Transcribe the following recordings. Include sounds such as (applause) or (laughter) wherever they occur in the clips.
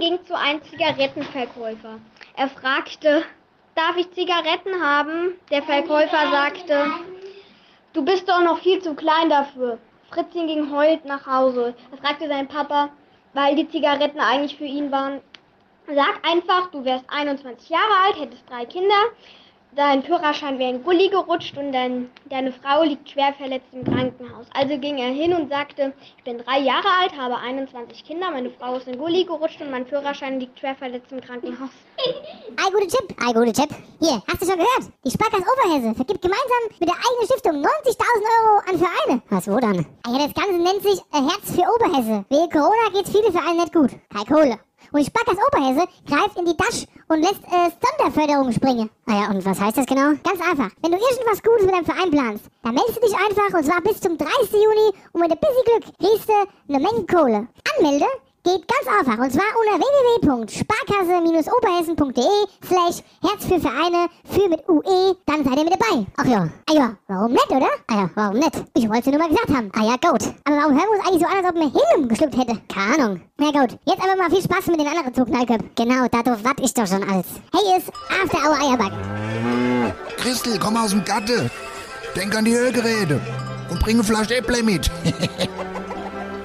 ging zu einem Zigarettenverkäufer. Er fragte, darf ich Zigaretten haben? Der Verkäufer sagte, du bist doch noch viel zu klein dafür. Fritzchen ging heulend nach Hause. Er fragte seinen Papa, weil die Zigaretten eigentlich für ihn waren. Sag einfach, du wärst 21 Jahre alt, hättest drei Kinder, dein Führerschein wäre in Gully gerutscht und dein, deine Frau liegt schwer verletzt im Krankenhaus. Also ging er hin und sagte, ich bin drei Jahre alt, habe 21 Kinder, meine Frau ist in Gully gerutscht und mein Führerschein liegt schwer verletzt im Krankenhaus. Ein guter Tipp, ein guter Tipp. Hier, hast du schon gehört? Die Sparkasse Oberhesse vergibt gemeinsam mit der eigenen Stiftung 90.000 Euro an Vereine. Was wo dann? Ja, das Ganze nennt sich äh, Herz für Oberhesse. Wegen Corona geht's vielen Vereinen nicht gut. Keine Kohle. Und die Sparkasse Oberhesse greift in die Tasche und lässt äh, Sonderförderung springen. Ah ja, und was heißt das genau? Ganz einfach. Wenn du irgendwas Gutes mit deinem Verein planst, dann meldest du dich einfach und zwar bis zum 30. Juni und mit ein bisschen Glück kriegst du eine Menge Kohle. Anmelde geht ganz einfach und zwar unter www.sparkasse-oberhessen.de slash Herz für Vereine für mit UE, dann seid ihr mit dabei. Ach ja, ah ja, warum nicht, oder? Ah ja, warum nicht? Ich wollte nur mal gesagt haben. Ah ja, gut. Aber warum hören wir uns eigentlich so an, als ob man Helium geschluckt hätte? Keine Ahnung. Na gut, jetzt aber mal viel Spaß mit den anderen zwei Knallköpfen. Genau, dadurch wat ich doch schon alles. Hey, ist After Hour Eierbacke. Christel, komm aus dem Gatte. Denk an die Ölgeräte. Und bringe Flasche Äpple mit. (laughs)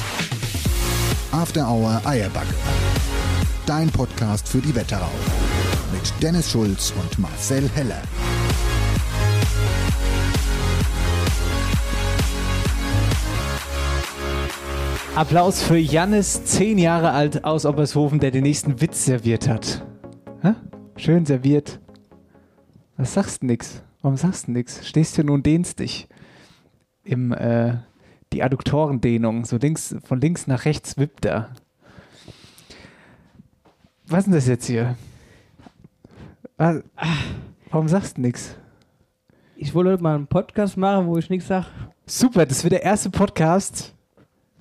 After Hour Eierbacke. Dein Podcast für die Wetterau. Mit Dennis Schulz und Marcel Heller. Applaus für Jannis, zehn Jahre alt aus Obershofen, der den nächsten Witz serviert hat. Hä? Schön serviert. Was sagst du nix? Warum sagst du nix? Stehst du nun denstig? Im, äh, die Adduktorendehnung, so links, von links nach rechts wippt er. Was ist denn das jetzt hier? Was, ah, warum sagst du nix? Ich wollte heute mal einen Podcast machen, wo ich nichts sage. Super, das wird der erste Podcast,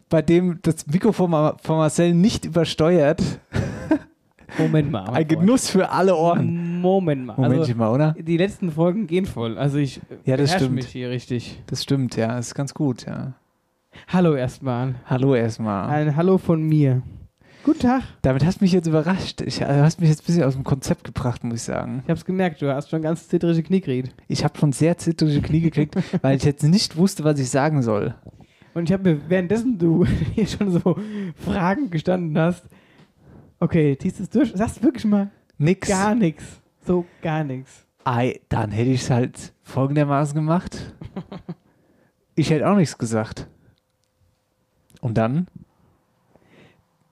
bei dem das Mikrofon Ma- von Marcel nicht übersteuert. Moment mal. Ein Genuss für alle Ohren. Moment mal. Momentchen also, mal, oder? die letzten Folgen gehen voll. Also ich Ja, das beherrsch stimmt. mich hier richtig. Das stimmt, ja. Ist ganz gut, ja. Hallo erstmal. Hallo erstmal. Ein Hallo von mir. Guten Tag. Damit hast du mich jetzt überrascht. Ich, also, hast mich jetzt ein bisschen aus dem Konzept gebracht, muss ich sagen. Ich hab's gemerkt, du hast schon ganz zittrige Knie geredet. Ich habe schon sehr zittrige (laughs) Knie gekriegt, weil ich jetzt nicht wusste, was ich sagen soll. Und ich habe mir, währenddessen du (laughs) hier schon so Fragen gestanden hast, okay, ziehst du es durch? Sagst wirklich mal Nix. gar nichts. So gar nichts. Ei, dann hätte ich es halt (laughs) folgendermaßen gemacht. Ich hätte auch nichts gesagt. Und dann?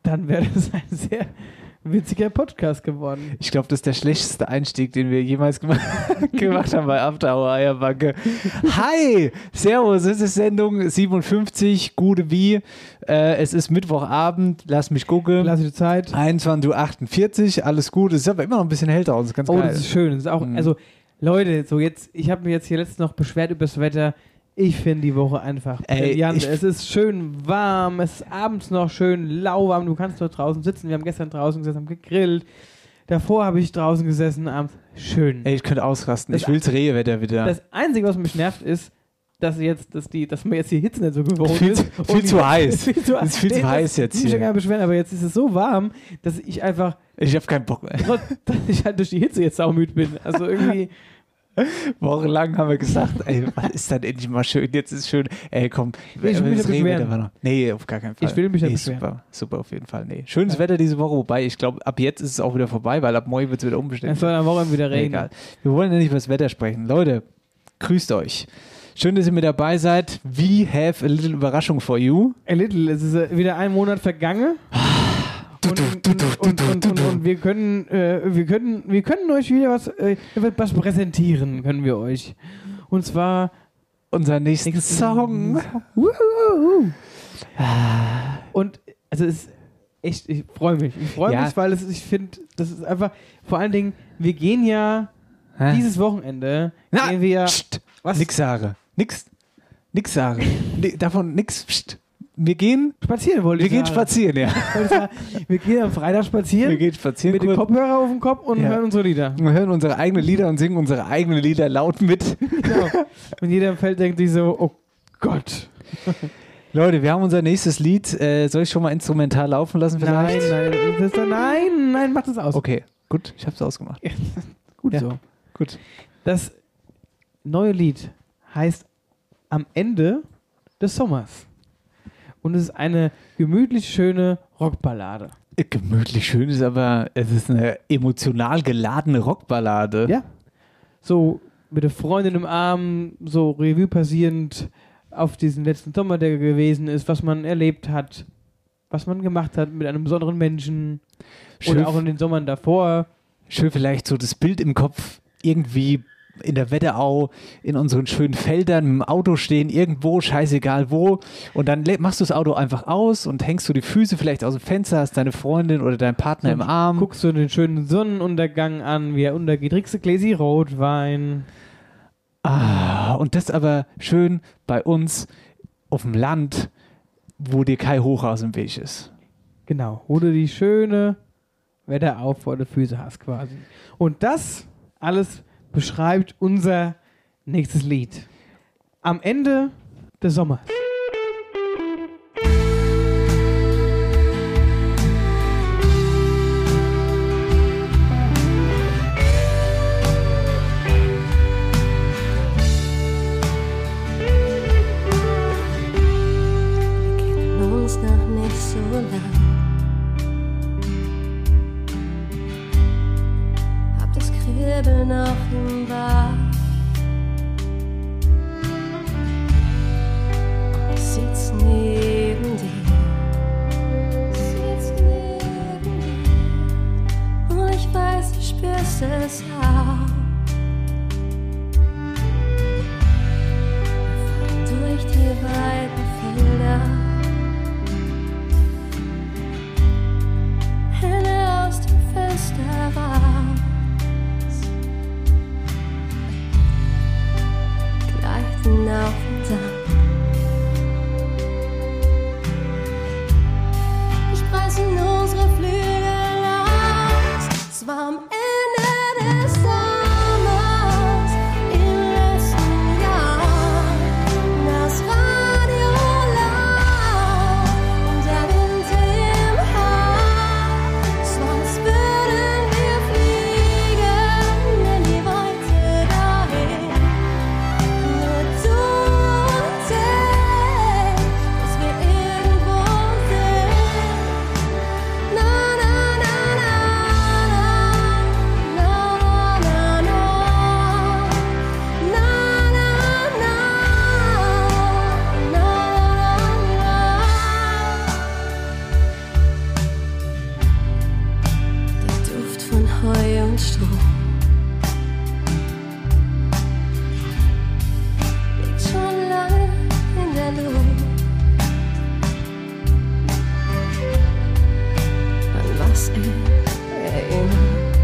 Dann wäre das (laughs) ein sehr witziger Podcast geworden. Ich glaube, das ist der schlechteste Einstieg, den wir jemals gema (laughs) gemacht haben bei After Hour Eierbacke. Hi, Servus, es ist Sendung 57, gute Wie. Äh, es ist Mittwochabend, lass mich gucken. Klassische Zeit. 21.48 Uhr, alles gut. Es ist aber immer noch ein bisschen hell draußen, ist ganz Oh, geil. das ist schön. Das ist auch, Mhm. also Leute, so jetzt, ich habe mir jetzt hier letztens noch beschwert über das Wetter. Ich finde die Woche einfach Ey, brillant. ich- Es ist schön warm, es ist abends noch schön lauwarm. Du kannst dort draußen sitzen. Wir haben gestern draußen gesessen, haben gegrillt. Davor habe ich draußen gesessen abends. Schön. Ey, ich könnte ausrasten. Das- ich will's Rehewetter wieder. Das Einzige, was mich nervt, ist, dass jetzt, dass die, dass mir jetzt die Hitze nicht so gewohnt Viel ist. zu- Und viel die- zu (laughs) heiß. viel zu, Es ist viel zu Nee, das- heiß jetzt Ich will hier. mich gar nicht beschweren, aber jetzt ist es so warm, dass ich einfach, ich habe keinen Bock mehr. trotz, (laughs) dass ich halt durch die Hitze jetzt saumüd bin. Also irgendwie. (laughs) Wochenlang haben wir gesagt, ey, was ist dann endlich mal schön? Jetzt ist schön. Ey, komm, will mich nicht das Rehwetter beschweren. war noch. Nee, auf gar keinen Fall. Ich will mich nicht nee, beschweren. super, super, auf jeden Fall. Nee. Schönes Wetter diese Woche, wobei ich glaube, ab jetzt ist es auch wieder vorbei, weil ab morgen wird es wieder umbestellt. Es soll am Wochenende wieder Nee, regnen. Egal. Wir wollen ja nicht über das Wetter sprechen. Leute, grüßt euch. Schön, dass ihr mit dabei seid. We have a little Überraschung for you. A little, es ist äh, wieder ein Monat vergangen. Und, und, und, und, und, und wir können, äh, wir können, wir können euch wieder was, äh, was präsentieren, können wir euch. Und zwar Unser nächster Song. Ah. Wuhu. Und also es echt, ich freue mich. Ich freue Ja. mich, weil es, ich finde, das ist einfach, vor allen Dingen, wir gehen ja Hä? dieses Wochenende, Na, gehen wir, pst, was? Nix sage. Nix. Nix sage. Ni- davon nix. Pst. Wir gehen. spazieren, wollte Wir ich gehen sagen. spazieren, ja. Wir gehen am Freitag spazieren, Wir gehen spazieren. mit dem kurz. Kopfhörer auf dem Kopf und Ja. hören unsere Lieder. Wir hören unsere eigenen Lieder und singen unsere eigenen Lieder laut mit. (laughs) Und Genau. jeder im Feld denkt sich so, oh Gott. Leute, wir haben unser nächstes Lied. Äh, soll ich schon mal instrumental laufen lassen vielleicht? Nein, nein, das ist doch, nein, nein, mach das aus. Okay, gut. Ich hab's ausgemacht. Gut Ja. so. Gut. Das neue Lied heißt Am Ende des Sommers. Und es ist eine gemütlich schöne Rockballade. Äh, Gemütlich schön ist aber, es ist eine emotional geladene Rockballade. Ja. So mit der Freundin im Arm, so Revue passierend auf diesen letzten Sommer, der gewesen ist, was man erlebt hat, was man gemacht hat mit einem besonderen Menschen Schön, oder auch in den Sommern davor. schön vielleicht so das Bild im Kopf irgendwie in der Wetterau, in unseren schönen Feldern, im Auto stehen, irgendwo, scheißegal wo. Und dann le- machst du das Auto einfach aus und hängst du die Füße vielleicht aus dem Fenster, hast deine Freundin oder deinen Partner im Arm. Guckst du den schönen Sonnenuntergang an, wie er untergeht, trinkst du Gläsi Rotwein. Ah, und das aber schön bei uns auf dem Land, wo dir kein Hochhaus im Weg ist. Genau, wo du die schöne Wetterau vor der Füße hast quasi. Und das alles beschreibt unser nächstes Lied. Am Ende des Sommers. kennen uns noch nicht so lang. Hab das Kribbeln noch im Bauch. Und ich Sitz neben dir. Sitz neben dir. Und ich weiß, du spürst es auch. durch die weiten Felder. Hände aus dem Fenster raus. Gleiten auf den Damm. Ich preise unsere Flügel aus. Es war am Ende des Sommers im letzten Jahr. Das Radio laut und der Wind im Haar. Sonst würden wir fliegen in die Weite dahin. Nur du und ich, dass wir irgendwo sind. Na na na na na na na na na. Na na na na na Der Duft von Heu und Stroh liegt schon lange in der Luft. An was er erinnert.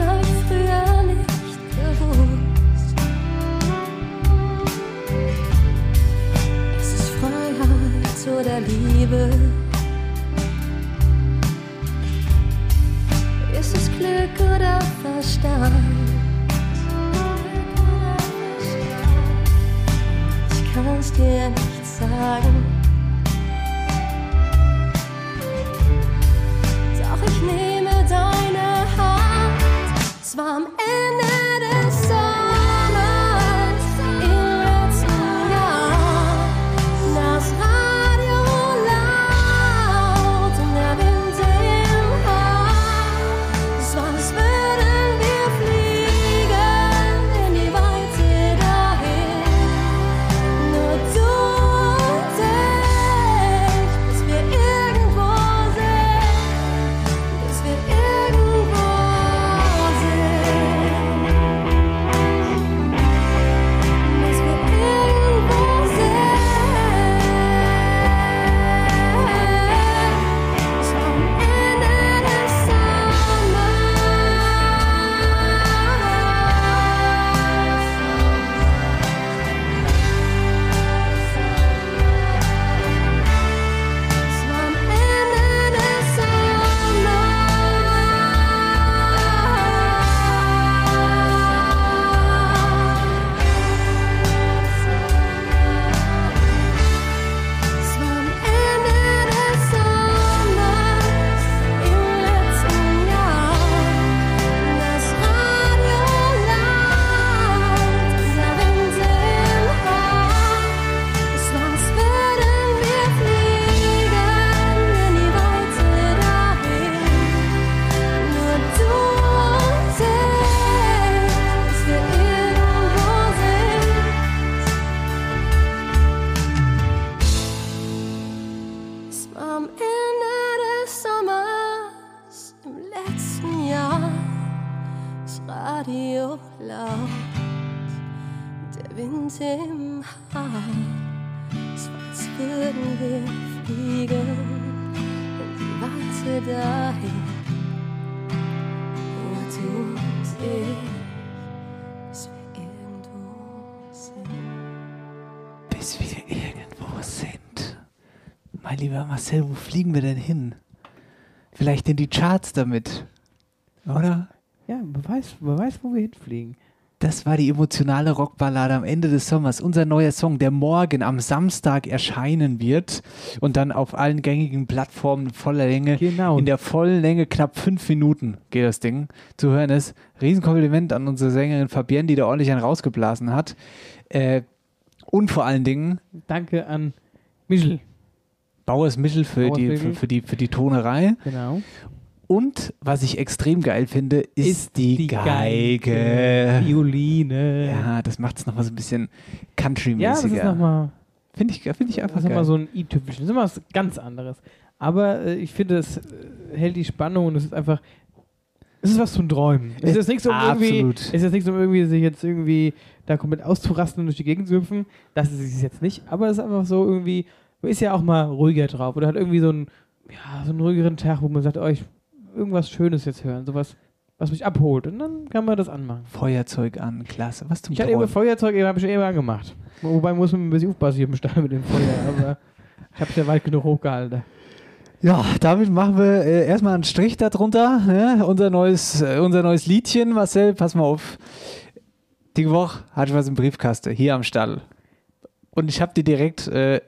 Hab ich früher nicht gewusst. Ist es Freiheit oder Liebe? Ist es Glück oder Verstand? Ich kann's dir nicht sagen. Doch ich nehme deine Hand. Es war am Ende des Sommers im letzten Jahr. Das Radio laut und der Wind im Haar. Es war, als würden wir fliegen in die Weite dahin. Nur du und ich. am Ende des Sommers im letzten Jahr das Radio laut, der Wind im Haar, so als würden wir fliegen in die Weite dahin, wo du und ich, bis wir irgendwo sind. Bis wir irgendwo sind. Mein lieber Marcel, wo fliegen wir denn hin? Vielleicht in die Charts damit. Oder? Ja, wer weiß, wer weiß, wo wir hinfliegen. Das war die emotionale Rockballade am Ende des Sommers. Unser neuer Song, der morgen am Samstag erscheinen wird und dann auf allen gängigen Plattformen voller Länge. Genau. In der vollen Länge knapp fünf Minuten geht das Ding zu hören ist. Riesenkompliment an unsere Sängerin Fabienne, die da ordentlich einen rausgeblasen hat. Äh, und vor allen Dingen Danke an Michel. Bauers Michel für, Bauers die, Michel. für, für, die, für die Tonerei. Genau. Und was ich extrem geil finde, ist, die, Geige. Violine. Ja, das macht es nochmal so ein bisschen Ja, das country-mäßiger. ist nochmal Finde ich, finde ich einfach das ist geil. nochmal so ein i-Tüpfelchen. Das ist immer was ganz anderes. Aber äh, ich finde, es äh, hält die Spannung und es ist einfach. Es ist was zum Träumen. Es ist jetzt nichts, um irgendwie, Äh, Absolut. es ist jetzt nichts, um irgendwie sich jetzt irgendwie da komplett auszurasten und durch die Gegend zu hüpfen. Das ist es jetzt nicht. Aber es ist einfach so irgendwie, man ist ja auch mal ruhiger drauf oder hat irgendwie so einen, ja, so einen ruhigeren Tag, wo man sagt, oh, ich irgendwas Schönes jetzt hören, sowas, was mich abholt. Und dann kann man das anmachen. Feuerzeug an, klasse. Was zum Ich hatte eben Träumen. Feuerzeug, eben habe ich eben angemacht. Wobei muss man ein bisschen aufpassen hier im Stall mit dem (laughs) Feuer, aber ich habe es ja weit genug hochgehalten. Ja, damit machen wir äh, erstmal einen Strich darunter. Ne? Unser, neues, äh, unser neues Liedchen, Marcel, pass mal auf. Die Woche hatte ich was im Briefkasten, hier am Stall. Und ich habe dir direkt, äh,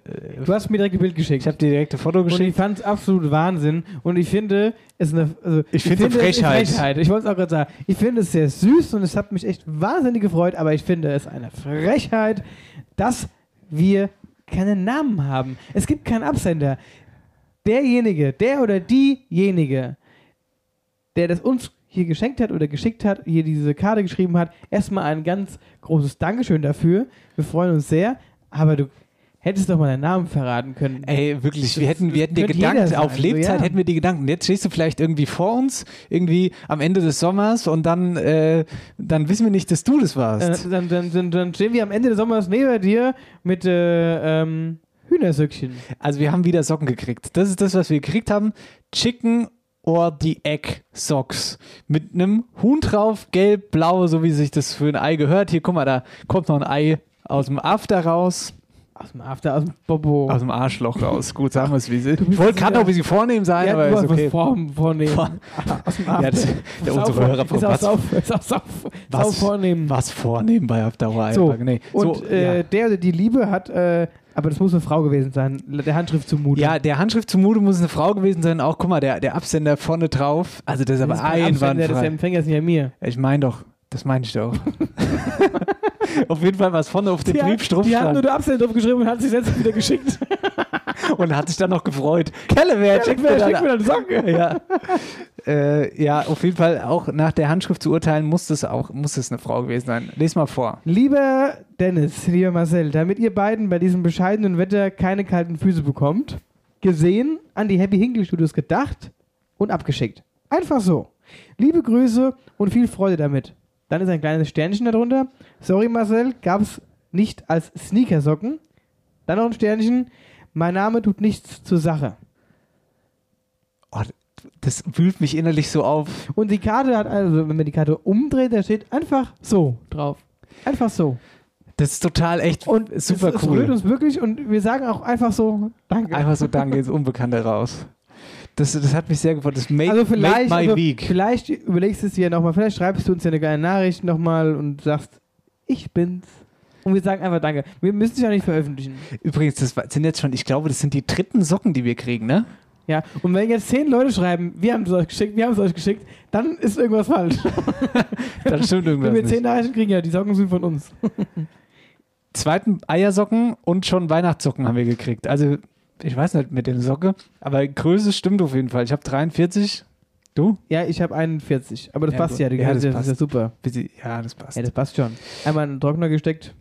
Du hast mir direkt ein Bild geschickt. ich habe dir direkt ein Foto und ich geschickt. fand es absolut Wahnsinn. Und ich finde, es ist eine, also, Ich find's eine es ist Frechheit. Ich wollte es auch gerade sagen. Ich finde es sehr süß und es hat mich echt wahnsinnig gefreut, aber ich finde es eine Frechheit, dass wir keinen Namen haben. Es gibt keinen Absender. Derjenige, der oder diejenige, der das uns hier geschenkt hat oder geschickt hat, hier diese Karte geschrieben hat, erstmal ein ganz großes Dankeschön dafür. Wir freuen uns sehr, aber du hättest doch mal deinen Namen verraten können. Ey, wirklich, wir hätten, wir hätten dir könnte jeder Gedanken, sein, auf so, Lebzeit ja. hätten wir die Gedanken. Jetzt stehst du vielleicht irgendwie vor uns, irgendwie am Ende des Sommers und dann, äh, dann wissen wir nicht, dass du das warst. Äh, dann, dann, dann, dann stehen wir am Ende des Sommers neben dir mit äh, ähm, Hühnersöckchen. Also wir haben wieder Socken gekriegt. Das ist das, was wir gekriegt haben. Chicken or the Egg Socks. Mit einem Huhn drauf, gelb, blau, so wie sich das für ein Ei gehört. Hier, guck mal, da kommt noch ein Ei aus dem After raus. Aus dem After, aus dem Bobo. Aus dem Arschloch raus. Gut, sagen wir es wie sie. Ich bist wollte gerade ja- noch ein bisschen vornehm sein, ja, aber du ist hast okay. was vorm, vornehmen. Vor- (laughs) aus dem Ja, das- der Sau- unsere Hörer ist auch was, sauf, ist auch sauf, Was- sauf vornehmen. was vornehm bei auf Dauer So, einfach. Nee. und so, äh, ja. der oder die Liebe hat, äh, aber das muss eine Frau gewesen sein, der Handschrift zumute. Ja, der Handschrift zumute muss eine Frau gewesen sein. Auch guck mal, der, der Absender vorne drauf. Also das ist aber das ist kein Absender, das ist der einwandfrei. Empfänger, ist nicht an mir. Ich meine doch, das meine (laughs) ich doch. auf jeden Fall war es vorne auf dem Die hat- Briefstrumpf Die hat nur stand der Absender drauf geschrieben und hat sich selbst wieder geschickt. und hat sich dann noch gefreut. Kelle, wer schickt mir Schick mir dann? dann Socken. (laughs) Ja. äh, ja, auf jeden Fall auch nach der Handschrift zu urteilen, muss das auch, muss es eine Frau gewesen sein. Lies mal vor. Lieber Dennis, lieber Marcel, damit ihr beiden bei diesem bescheidenen Wetter keine kalten Füße bekommt, gesehen, an die Happy Hinkley Studios gedacht und abgeschickt. Einfach so. Liebe Grüße und viel Freude damit. Dann ist ein kleines Sternchen darunter. Sorry Marcel, gab's nicht als Sneakersocken. Dann noch ein Sternchen. Mein Name tut nichts zur Sache. Oh, das wühlt mich innerlich so auf. Und die Karte hat, also wenn man die Karte umdreht, da steht einfach so drauf. Einfach so. Das ist total echt Und und super es, Es rührt cool. uns wirklich und wir sagen auch einfach so Danke. Einfach so, danke ins Unbekannte raus. Das, das hat mich sehr gefreut. Das made, also vielleicht, made my also week. vielleicht überlegst du es dir nochmal, vielleicht schreibst du uns ja eine geile Nachricht nochmal und sagst, ich bin's. Und wir sagen einfach Danke. Wir müssen es ja nicht veröffentlichen. Übrigens, das war- sind jetzt schon, ich glaube, das sind die dritten Socken, die wir kriegen, ne? Ja. Und wenn jetzt zehn Leute schreiben, wir haben es euch geschickt, wir haben es euch geschickt, dann ist irgendwas falsch. Dann stimmt irgendwas wenn wir nicht. zehn Nachrichten kriegen, ja, die Socken sind von uns. zweiten Eiersocken und schon Weihnachtssocken haben wir gekriegt. Also, ich weiß nicht mit den Socke, aber Größe stimmt auf jeden Fall. Ich habe 43. Du? Ja, ich habe 41. Aber das Ja, passt du- ja. Du ja, kannst das ja, das ist ja passt. super. Wie sie- Ja, das passt. Ja, das passt schon. Einmal in den Trockner gesteckt.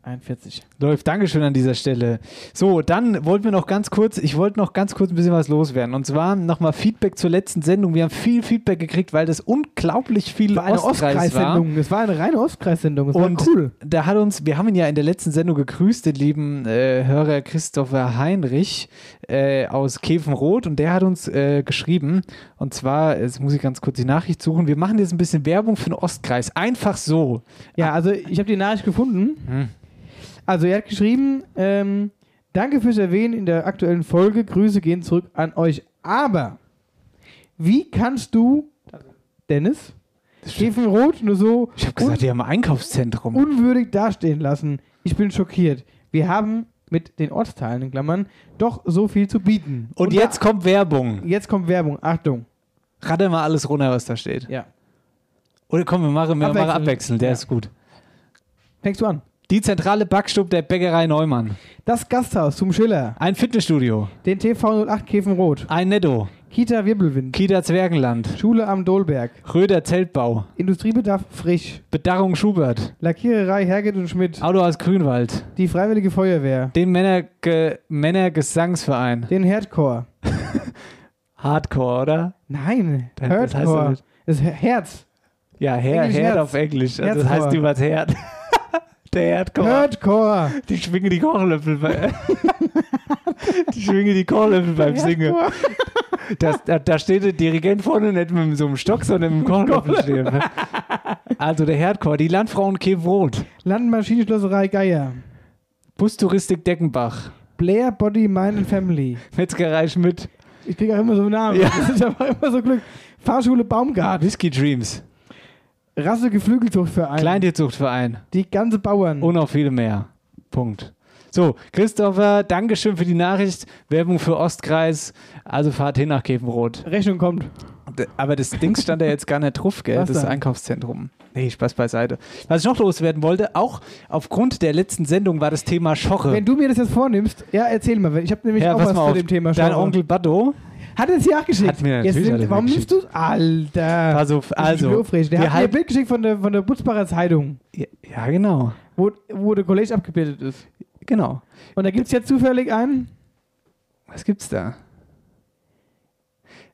41. Läuft, Dankeschön an dieser Stelle. So, dann wollten wir noch ganz kurz, ich wollte noch ganz kurz ein bisschen was loswerden. Und zwar nochmal Feedback zur letzten Sendung. Wir haben viel Feedback gekriegt, weil das unglaublich viel War eine Ostkreis war. Ostkreissendung. Es war eine reine Ostkreissendung. Es war Und cool. da hat uns, wir haben ihn ja in der letzten Sendung gegrüßt, den lieben äh, Hörer Christopher Heinrich äh, aus Käfenroth und der hat uns äh, geschrieben, und zwar, jetzt muss ich ganz kurz die Nachricht suchen, wir machen jetzt ein bisschen Werbung für den Ostkreis, einfach so. Ja, also ich habe die Nachricht gefunden. Hm. Also er hat geschrieben, ähm, danke fürs Erwähnen in der aktuellen Folge, Grüße gehen zurück an euch. Aber wie kannst du, Dennis, Stefan Roth nur so Ich habe gesagt, die haben ein Einkaufszentrum. un unwürdig dastehen lassen? Ich bin schockiert. Wir haben mit den Ortsteilen in Klammern doch so viel zu bieten. und jetzt kommt Werbung. jetzt kommt Werbung. Achtung. Ratter mal alles runter, was da steht. Ja. Oder komm, wir machen, wir Abwechselnd. machen abwechselnd, der Ja. ist gut. Fängst du an. Die zentrale Backstube der Bäckerei Neumann. Das Gasthaus zum Schiller. Ein Fitnessstudio. Den TV 08 Käfenrot. Ein Netto. Kita Wirbelwind. Kita Zwergenland. Schule am Dolberg. Röder Zeltbau. Industriebedarf frisch. Bedarrung Schubert. Lackiererei Herget und Schmidt. Auto aus Grünwald. Die Freiwillige Feuerwehr. Den Männer ge Männergesangsverein. Den Herdcore. (laughs) Hardcore, oder? Nein, Das- das heißt doch Herdcore. nicht. Das Her- Herz. Ja, Her Englisch Herd Herz. auf Englisch. Also das Herzcore. heißt übers Herd. (laughs) Der Herdcore. Herdcore. Die schwingen die Kochlöffel bei. (laughs) die schwingen die Kochlöffel beim Singen. Das, da, da steht der Dirigent vorne nicht mit so einem Stock, sondern mit einem Kochlöffel stehen. Also der Herdcore, die Landfrauen Kevrot, Landmaschinenschlosserei Geier. Bustouristik Deckenbach, Blair Body Mind and Family. Metzgerei Schmidt, Ich kriege auch immer so einen Namen. Ja. Das ist aber immer so Glück. Fahrschule Baumgart. Whisky Ah, Dreams, Rasse Geflügelzuchtverein. Kleintierzuchtverein Die ganze Bauern. und noch viele mehr. Punkt. So, Christopher, Dankeschön für die Nachricht. Werbung für Ostkreis. Also fahrt hin nach Kevenroth. Rechnung kommt. D- Aber das Ding stand da jetzt gar nicht drauf, gell? Was das denn? Einkaufszentrum. Nee, Spaß beiseite. Was ich noch loswerden wollte, auch aufgrund der letzten Sendung war das Thema Schoche. Wenn du mir das jetzt vornimmst, ja, erzähl mal. weil Ich habe nämlich auch was zu dem Thema Dein Genre. Onkel Baddo Hat er es hier auch geschickt? Hat mir Jetzt natürlich sind, alles warum nimmst geschickt. du es? Alter. war so, also, Der hat wir mir ein halb- Bild geschickt von der, von der Butzbacher Zeitung, ja, ja, genau, wo, wo der College abgebildet ist. genau. Und da gibt es ja zufällig einen Was gibt's da?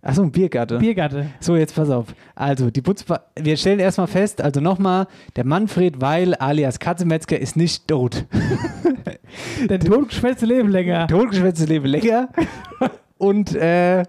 Achso, ein Biergarten. Biergatte. So, jetzt pass auf. Also, die Putzpa wir stellen erstmal fest, also nochmal, der Manfred Weil alias Katzemetzger ist (laughs) nicht tot. Denn totgeschwätzte leben länger. Totgeschwätzte lebe länger. Und äh,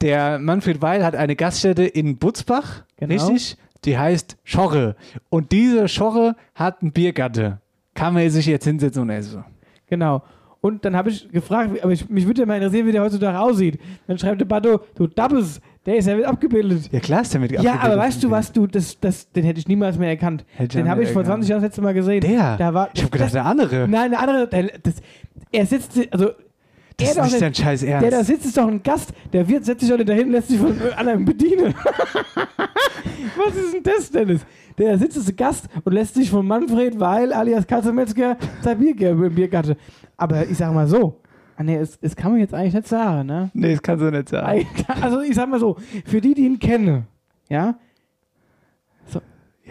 der Manfred Weil hat eine Gaststätte in Butzbach, Genau. richtig? Die heißt Schorre. Und diese Schorre hat einen Biergatte. Kann man sich jetzt hinsetzen und essen. Genau. Und dann habe ich gefragt, wie- aber ich, mich würde ja mal interessieren, wie der heutzutage aussieht. Dann schreibt der Bado, du Dabbes, der ist ja mit abgebildet. Ja, klar ist der mit Ja, aber weißt du was, du, das, das, den hätte ich niemals mehr erkannt. Hätte ich den auch habe nicht ich vor erkannt. 20 Jahren das letzte Mal gesehen. Der? Da war, ich habe gedacht, der andere. Nein, der andere, der, das, er sitzt, also, das ist doch nicht nicht- dein scheiß Ernst. der da sitzt, ist doch ein Gast. Der Wirt setzt sich doch nicht dahin, lässt sich von anderen (laughs) bedienen. Was ist denn das, Dennis? Der da sitzt, ist ein Gast und lässt sich von Manfred Weil alias Katzemetzger sein Bier geben im Biergatte. Aber ich sag mal so, ah, nee, es, es kann man jetzt eigentlich nicht sagen, ne? nee, das kannst du nicht sagen. Also ich sag mal so, für die, die ihn kennen, ja?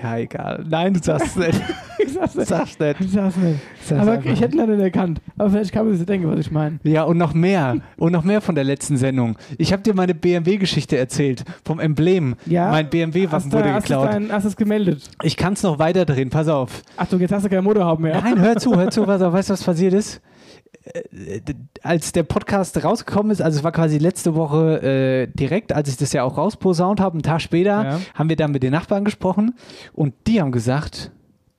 Ja, egal. Nein, du sagst es nicht. (laughs) Ich sag's Du nicht. sagst es nicht. Ich sag's nicht. Sag's Aber einfach ich hätte ihn dann nicht erkannt. Aber vielleicht kann man sich denken, was ich meine. Ja, und noch mehr. Und noch mehr von der letzten Sendung. Ich habe dir meine BMW-Geschichte erzählt. Vom Emblem. Ja. Mein BMW-Waffen Hast du wurde hast du's geklaut. dein- hast du es gemeldet? Ich kann es noch weiter drehen, pass auf. Achtung, jetzt hast du keine Motorhaube mehr. Nein, hör zu, hör zu, pass auf, weißt du, was passiert ist? Äh, d- Als der Podcast rausgekommen ist, also es war quasi letzte Woche äh, direkt, als ich das ja auch rausposaunt habe, einen Tag später, Ja. haben wir dann mit den Nachbarn gesprochen und die haben gesagt,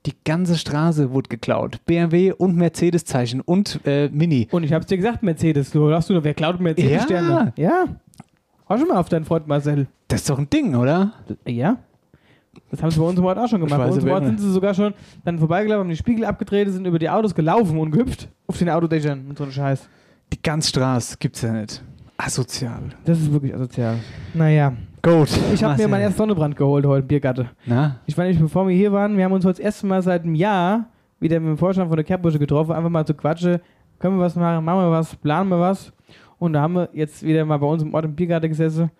die ganze Straße wurde geklaut. BMW und Mercedes-Zeichen und äh, Mini. Und ich hab's dir gesagt, Mercedes, du hast du noch, wer klaut Mercedes-Sterne? Ja. Hau schon mal auf deinen Freund Marcel. Das ist doch ein Ding, oder? Ja. Das haben sie bei uns im Ort auch schon gemacht. Ich weiß Bei uns im aber Ort immer. sind sie sogar schon dann vorbeigelaufen, haben die Spiegel abgedreht, sind über die Autos gelaufen und gehüpft auf den Autodächern und so einen Scheiß. Die ganze Straße gibt's ja nicht. Asozial. Das ist wirklich asozial. Naja. Gut. Ich habe mir Marcel. meinen ersten Sonnenbrand geholt heute, Biergatte. Na? Ich war nämlich, bevor wir hier waren, wir haben uns heute das erste Mal seit einem Jahr wieder mit dem Vorstand von der Kerbusche getroffen, einfach mal zu quatschen. Können wir was machen? Machen wir was? Planen wir was? Und da haben wir jetzt wieder mal bei uns im Ort im Biergarten gesessen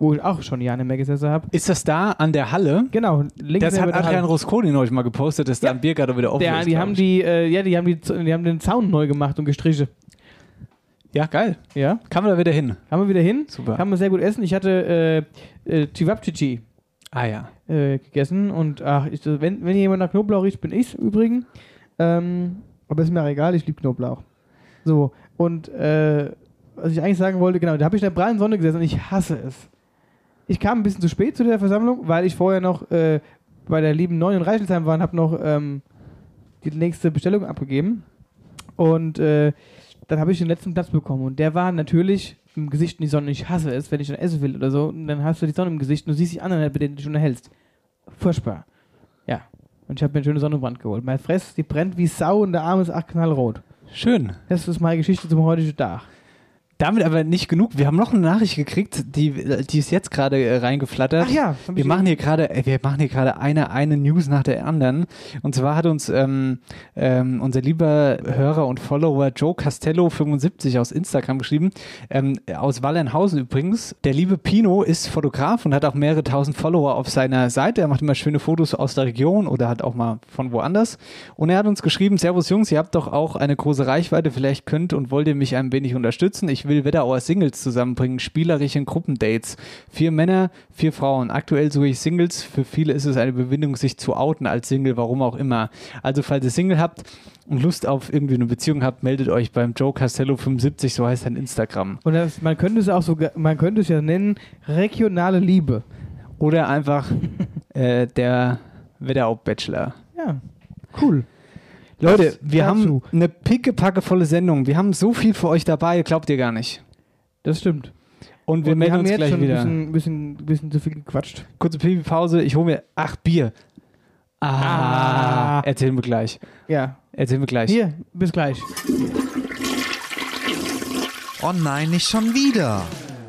wo ich auch schon Jahre nicht mehr gesessen habe. Ist das da an der Halle? Genau, links Das neben hat der Adrian Halle. Rusconi neulich mal gepostet, dass da Ja. ein Biergarten wieder offen der, ist. die glaub haben ich. die, äh, ja, die haben die, die haben den Zaun neu gemacht und gestrichen. Ja, geil. Ja, Kann man da wieder hin. haben wir wieder hin. Super. Kann man sehr gut essen. Ich hatte äh, äh, Chivapchichi Ah ja. äh, gegessen und ach, ich, wenn, wenn jemand nach Knoblauch riecht, bin ich übrigens. Ähm, aber ist mir auch egal, ich liebe Knoblauch. So, und äh, was ich eigentlich sagen wollte, genau, da habe ich in der prallen Sonne gesessen und ich hasse es. Ich kam ein bisschen zu spät zu der Versammlung, weil ich vorher noch äh, bei der lieben Neuen in Reichelsheim war und habe noch ähm, die nächste Bestellung abgegeben. Und äh, dann habe ich den letzten Platz bekommen und der war natürlich im Gesicht in die Sonne. Ich hasse es, wenn ich dann essen will oder so, und dann hast du die Sonne im Gesicht und du siehst die anderen, mit denen du dich unterhältst. Furchtbar. Ja. Und ich habe mir einen schönen Sonnenbrand geholt. Meine Fresse, die brennt wie Sau und der Arm ist acht knallrot. Schön. Das ist meine Geschichte zum heutigen Tag. Damit aber nicht genug. Wir haben noch eine Nachricht gekriegt, die, die ist jetzt gerade äh, reingeflattert. Ach ja, hab wir ich- machen hier gerade, äh, wir machen hier gerade eine eine News nach der anderen. Und zwar hat uns ähm, ähm, unser lieber Hörer und Follower Joe Castello 75 aus Instagram geschrieben, ähm, aus Wallenhausen übrigens. Der liebe Pino ist Fotograf und hat auch mehrere tausend Follower auf seiner Seite. Er macht immer schöne Fotos aus der Region oder hat auch mal von woanders. Und er hat uns geschrieben, Servus Jungs, ihr habt doch auch eine große Reichweite, vielleicht könnt und wollt ihr mich ein wenig unterstützen. Ich will Wetterauer Singles zusammenbringen, spielerisch in Gruppendates. Vier Männer, vier Frauen. Aktuell suche ich Singles. Für viele ist es eine Überwindung, sich zu outen als Single, warum auch immer. Also falls ihr Single habt und Lust auf irgendwie eine Beziehung habt, meldet euch beim Joe Castello 75, so heißt sein Instagram. Und das, man könnte es auch so, ge- man könnte es ja nennen, regionale Liebe. Oder einfach äh, der Wetterau Bachelor. (laughs) Ja. Cool. Leute, Das wir dazu. haben eine pickepackevolle Sendung. Wir haben so viel für euch dabei, glaubt ihr gar nicht. Das stimmt. Und wir Und melden haben uns jetzt gleich schon wieder. ein bisschen, bisschen, bisschen zu viel gequatscht. Kurze Pipi-Pause, ich hole mir acht Bier. Ah, Ah. Erzählen wir gleich. Ja. Erzählen wir gleich. Hier, bis gleich. Oh nein, nicht schon wieder.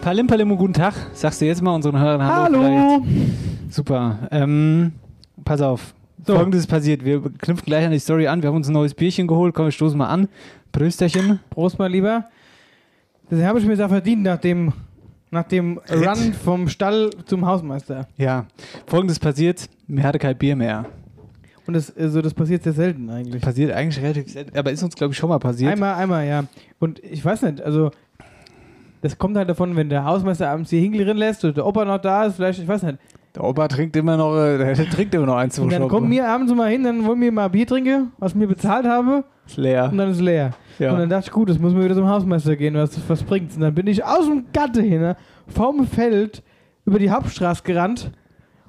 Palim, Palim und guten Tag. Sagst du jetzt mal unseren Hörern Hallo? Hallo. vielleicht? Super. Ähm, pass auf. Folgendes ist passiert. Wir knüpfen gleich an die Story an. Wir haben uns ein neues Bierchen geholt. Komm, wir stoßen mal an. Prösterchen. Prost, mein Lieber. Das habe ich mir da verdient nach dem, nach dem Run vom Stall zum Hausmeister. Ja. Folgendes ist passiert. Mir hatte kein Bier mehr. Und das, also das passiert sehr selten eigentlich. Passiert eigentlich relativ selten. Aber ist uns, glaube ich, schon mal passiert. Einmal, einmal, ja. Und ich weiß nicht, also das kommt halt davon, wenn der Hausmeister abends die Hingel drin lässt oder der Opa noch da ist, vielleicht, ich weiß nicht. Der Opa trinkt immer noch, äh, der trinkt immer noch eins zum Und dann Schoppen. kommen wir abends mal hin, dann wollen wir mal Bier trinken, was ich mir bezahlt habe, Ist leer. und dann ist leer. Ja. Und dann dachte ich, gut, das muss mir wieder zum Hausmeister gehen, was, was bringt's? Und dann bin ich aus dem Gatte hin, ne, vom Feld über die Hauptstraße gerannt.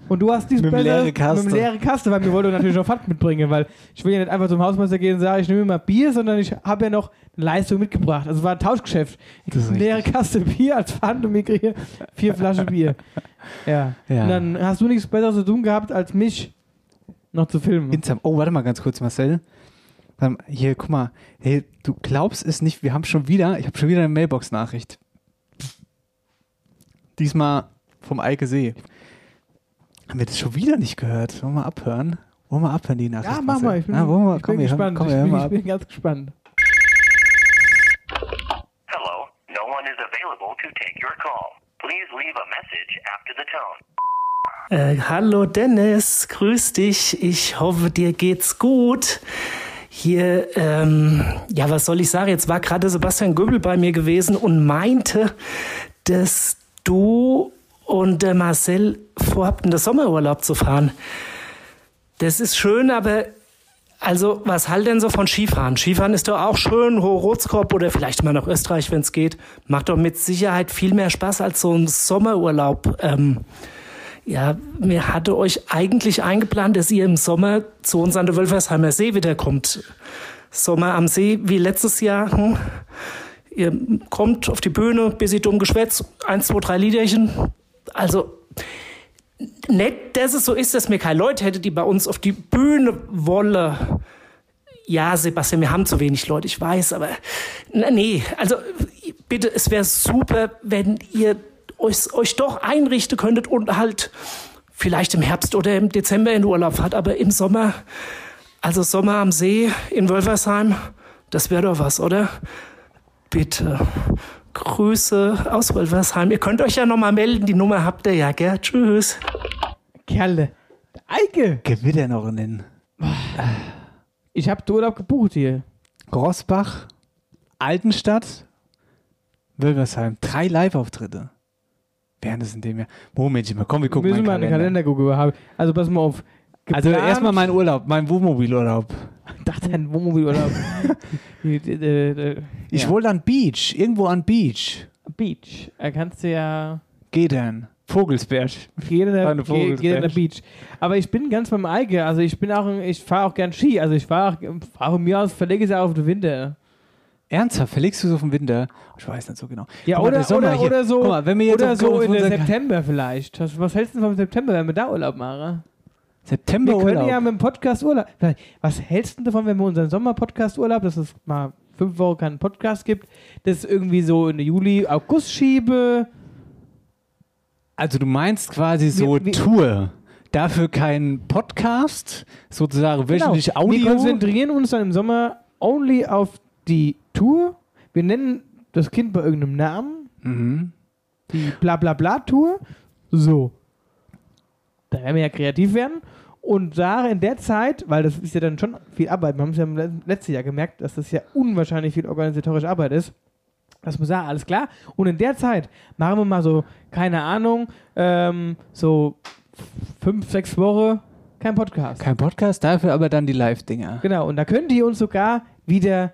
Und du hast dies Mit dem besser- leeren Kasten. Mit dem leeren Kasten, weil mir wollte natürlich noch Pfand mitbringen, weil ich will ja nicht einfach zum Hausmeister gehen und sagen, ich nehme mir mal Bier, sondern ich habe ja noch eine Leistung mitgebracht. Also war ein Tauschgeschäft. Ich Das ist kriege eine leere Kaste Bier als Pfand und mir kriege vier Flaschen Bier. Ja. Ja. Und dann hast du nichts Besseres zu tun gehabt, als mich noch zu filmen. ne? Insam. Oh, warte mal ganz kurz, Marcel. Warte mal, Hier, guck mal. Hey, du glaubst es nicht, wir haben schon wieder, ich habe schon wieder eine Mailbox-Nachricht. Diesmal vom Eike See. Haben wir das schon wieder nicht gehört? Wollen wir abhören? Wollen wir abhören, die Nachricht? ja, mach mal. Ich bin, Na, wollen wir, ich komm, bin wir hören- gespannt. Komm, wir ich hören bin, mal ich ab. bin ganz gespannt. Hello, no one is available to take your call. Please leave a message after the tone. Äh, hallo Dennis, grüß dich. Ich hoffe, dir geht's gut. Hier, ähm, ja, was soll ich sagen? Jetzt war gerade Sebastian Göbel bei mir gewesen und meinte, dass du und der Marcel vorhabten, den Sommerurlaub zu fahren. Das ist schön, aber also, was halt denn so von Skifahren? Skifahren ist doch auch schön, Hochrotskorb oder vielleicht mal nach Österreich, wenn's geht. Macht doch mit Sicherheit viel mehr Spaß als so ein Sommerurlaub. Ähm, ja, mir hatte euch eigentlich eingeplant, dass ihr im Sommer zu uns an der Wölfersheimer See wiederkommt. Sommer am See wie letztes Jahr. Hm? ihr kommt auf die Bühne, bisschen dumm Geschwätz, eins, zwei, drei Liederchen. Also nett, dass es so ist, dass mir keine Leute hätte, die bei uns auf die Bühne wolle. Ja, Sebastian, wir haben zu wenig Leute, ich weiß, aber na, nee, also bitte, es wäre super, wenn ihr euch, euch doch einrichten könntet und halt vielleicht im Herbst oder im Dezember in Urlaub fahrt, aber im Sommer, also Sommer am See in Wölfersheim, das wäre doch was, oder? Bitte. Grüße aus Wolfersheim. Ihr könnt euch ja nochmal melden, die Nummer habt ihr ja, gell? Tschüss. Kerle. Eike. Gewitter noch nennen. Ich hab den Urlaub gebucht hier. Grossbach, Altenstadt, Wölversheim. Drei Live-Auftritte. Während es in dem Jahr. Momentchen mal, komm, wir gucken Müssen mal wir in einen den Kalender. Kalender gucken. hab- Also pass mal auf. Also Geplant- erstmal mein Urlaub, mein Wohnmobilurlaub. Ich dachte ein (laughs) Wohnmobilurlaub. Die- die- die- die- Ich Äh, ja. wollte an Beach, irgendwo an Beach. Beach. Er kannst du ja Geht dann. Vogelsberg. gehen War an eine der, geh- geh an der Vogelfest. Beach. Aber ich bin ganz beim Eike. Also ich bin auch, ein- ich fahre auch gern Ski. Also ich fahre fahr von mir aus verlege es ja auf den Winter. Ernsthaft, verlegst du es auf den Winter? Ich weiß nicht so genau. Ja Guck mal, oder, der Sommer oder, hier. oder so. Guck mal, wenn wir jetzt oder auf- so auf in der unseren- September vielleicht. Was was hältst du vom September, wenn wir da Urlaub machen? September Wir können Urlaub. ja mit dem Podcast Urlaub. Was hältst du davon, wenn wir unseren Sommer-Podcast Urlaub, dass es mal fünf Wochen keinen Podcast gibt, das irgendwie so in den Juli, August schiebe? Also du meinst quasi so wir- Tour. Dafür kein Podcast, sozusagen Genau. wöchentlich Audio. Wir konzentrieren uns dann im Sommer only auf die Tour. Wir nennen das Kind bei irgendeinem Namen. Mhm. Die bla bla bla Tour. So. Da werden wir ja kreativ werden. Und da in der Zeit, weil das ist ja dann schon viel Arbeit, wir haben es ja im le- letzten Jahr gemerkt, dass das ja unwahrscheinlich viel organisatorische Arbeit ist. Das muss sagen, alles klar. Und in der Zeit machen wir mal so, keine Ahnung, ähm, so fünf, sechs Wochen kein Podcast. Kein Podcast, dafür aber dann die Live-Dinger. Genau, und da könnt ihr uns sogar wieder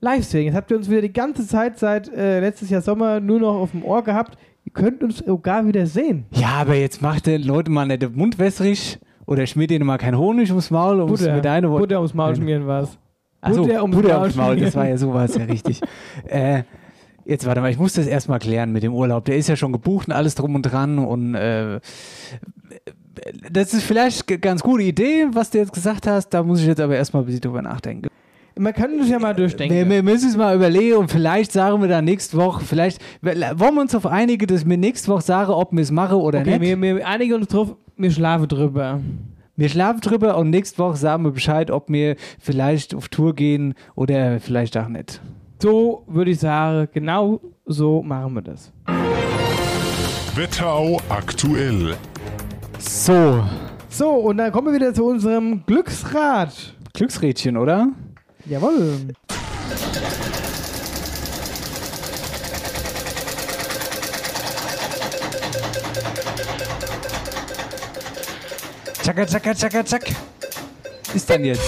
live sehen. Jetzt habt ihr uns wieder die ganze Zeit seit äh, letztes Jahr Sommer nur noch auf dem Ohr gehabt. Ihr könnt uns sogar wieder sehen. Ja, aber jetzt macht den Leute mal nicht den Mund wässrig oder schmiert ihnen mal kein Honig ums Maul, um es Butter, mit deinen Worten. Butter ums Maul schmieren war's. Achso, Butter ums Maul das schmieren. war ja so war es ja (laughs) richtig. äh, jetzt warte mal, ich muss das erstmal klären mit dem Urlaub. Der ist ja schon gebucht und alles drum und dran und äh, das ist vielleicht eine ganz gute Idee, was du jetzt gesagt hast. Da muss ich jetzt aber erstmal ein bisschen drüber nachdenken. Man kann das ja mal durchdenken. Äh, Wir, wir müssen es mal überlegen und vielleicht sagen wir dann nächste Woche, vielleicht wollen wir uns auf einige, dass wir nächste Woche sagen, ob wir es machen oder okay, nicht. wir, wir einigen uns drauf, wir schlafen drüber. Wir schlafen drüber und nächste Woche sagen wir Bescheid, ob wir vielleicht auf Tour gehen oder vielleicht auch nicht. So würde ich sagen, genau so machen wir das. Wetterau aktuell. So, So, und dann kommen wir wieder zu unserem Glücksrad. Glücksrädchen, oder? Jawohl. Tschakka, tschakka, tschakka, tschack. Ist denn jetzt?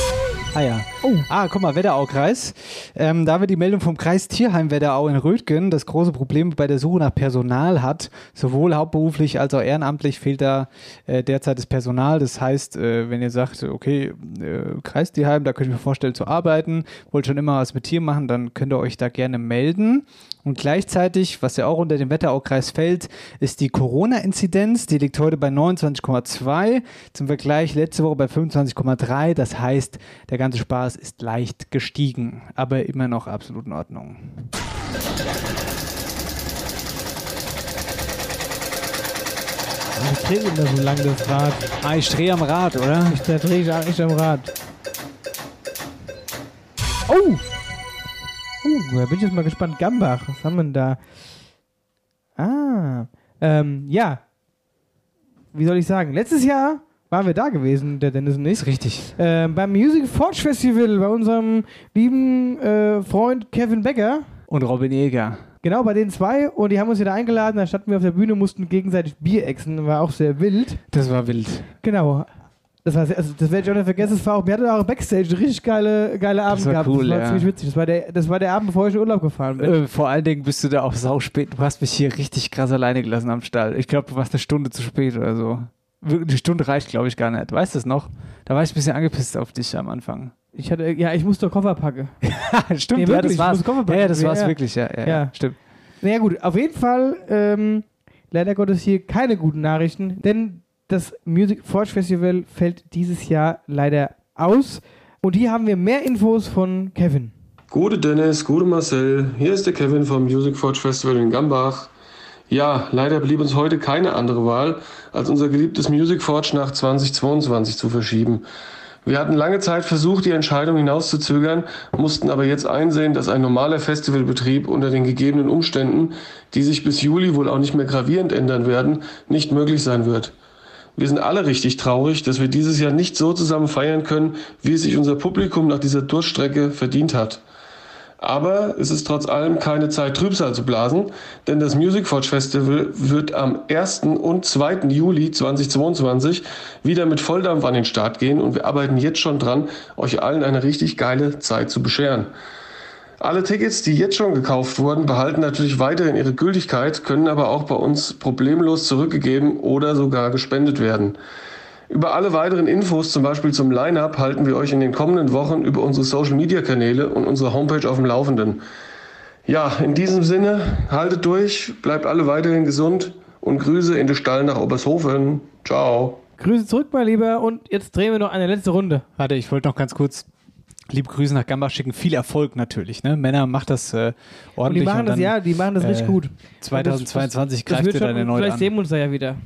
Ah ja. Ah, guck mal, Wetteraukreis. Ähm, da wir die Meldung vom Kreis Tierheim Wetterau in Rötgen das große Problem bei der Suche nach Personal hat, sowohl hauptberuflich als auch ehrenamtlich fehlt da äh, derzeit das Personal. Das heißt, äh, wenn ihr sagt, okay, äh, Kreis Tierheim, da könnte ich mir vorstellen zu arbeiten, wollt schon immer was mit Tieren machen, dann könnt ihr euch da gerne melden. Und gleichzeitig, was ja auch unter den Wetteraukreis fällt, ist die Corona-Inzidenz. Die liegt heute bei 29,2. Zum Vergleich letzte Woche bei 25,3. Das heißt, der ganze Spaß ist leicht gestiegen, aber immer noch absolut in Ordnung. Ich drehe immer so lang das Rad. Ah, ich drehe am Rad, oder? Da drehe ich auch nicht am Rad. Oh! Uh, da bin ich jetzt mal gespannt. Gambach, was haben wir denn da? Ah, ähm, ja. Wie soll ich sagen? Letztes Jahr waren wir da gewesen, der Dennis und ich. Ist richtig. Ähm, beim Music Forge Festival, bei unserem lieben äh, Freund Kevin Becker. Und Robin Eger. Genau, bei den zwei. Und die haben uns wieder eingeladen. Da standen wir auf der Bühne, mussten gegenseitig Bier exen. War auch sehr wild. Das war wild. Genau. Das, war sehr, also das werde ich auch nicht vergessen. Das war auch, wir hatten auch Backstage einen richtig geile, geile Abend war gehabt. cool, das war ja. ziemlich witzig. Das war, der, das war der Abend, bevor ich in Urlaub gefahren bin. Äh, vor allen Dingen bist du da auch sau spät. Du hast mich hier richtig krass alleine gelassen am Stall. Ich glaube, du warst eine Stunde zu spät oder so. Wirklich, Eine Stunde reicht, glaube ich, gar nicht. Weißt du es noch? Da war ich ein bisschen angepisst auf dich am Anfang. Ich hatte, ja, ich musste Koffer (laughs) packen. Stimmt, Nee, wirklich, ja, das ich war's. muss Koffer Ja, packen. ja, das Ja, war's ja. wirklich, ja, ja, ja. Ja. Stimmt. Naja gut, auf jeden Fall ähm, leider Gottes hier keine guten Nachrichten, denn das Music Forge Festival fällt dieses Jahr leider aus. Und hier haben wir mehr Infos von Kevin. Gute Dennis, gute Marcel, hier ist der Kevin vom Music Forge Festival in Gambach. Ja, leider blieb uns heute keine andere Wahl, als unser geliebtes Music Forge nach 2022 zu verschieben. Wir hatten lange Zeit versucht, die Entscheidung hinauszuzögern, mussten aber jetzt einsehen, dass ein normaler Festivalbetrieb unter den gegebenen Umständen, die sich bis Juli wohl auch nicht mehr gravierend ändern werden, nicht möglich sein wird. Wir sind alle richtig traurig, dass wir dieses Jahr nicht so zusammen feiern können, wie es sich unser Publikum nach dieser Durststrecke verdient hat. Aber es ist trotz allem keine Zeit, Trübsal zu blasen, denn das Music Forge Festival wird am 1. und 2. Juli 2022 wieder mit Volldampf an den Start gehen und wir arbeiten jetzt schon dran, euch allen eine richtig geile Zeit zu bescheren. Alle Tickets, die jetzt schon gekauft wurden, behalten natürlich weiterhin ihre Gültigkeit, können aber auch bei uns problemlos zurückgegeben oder sogar gespendet werden. Über alle weiteren Infos, zum Beispiel zum Line-Up, halten wir euch in den kommenden Wochen über unsere Social-Media-Kanäle und unsere Homepage auf dem Laufenden. Ja, in diesem Sinne, haltet durch, bleibt alle weiterhin gesund und Grüße in den Stall nach Obershofen. Ciao. Grüße zurück, mein Lieber, und jetzt drehen wir noch eine letzte Runde. Warte, ich wollte noch ganz kurz liebe Grüße nach Gambach schicken. Viel Erfolg natürlich. Ne? Männer, macht das äh, Und die ordentlich. machen und das, dann, ja, die machen das richtig äh, gut. Das- das- das 2022 greift wird ihr schon deine gut. neue Vielleicht an. sehen wir uns da ja wieder.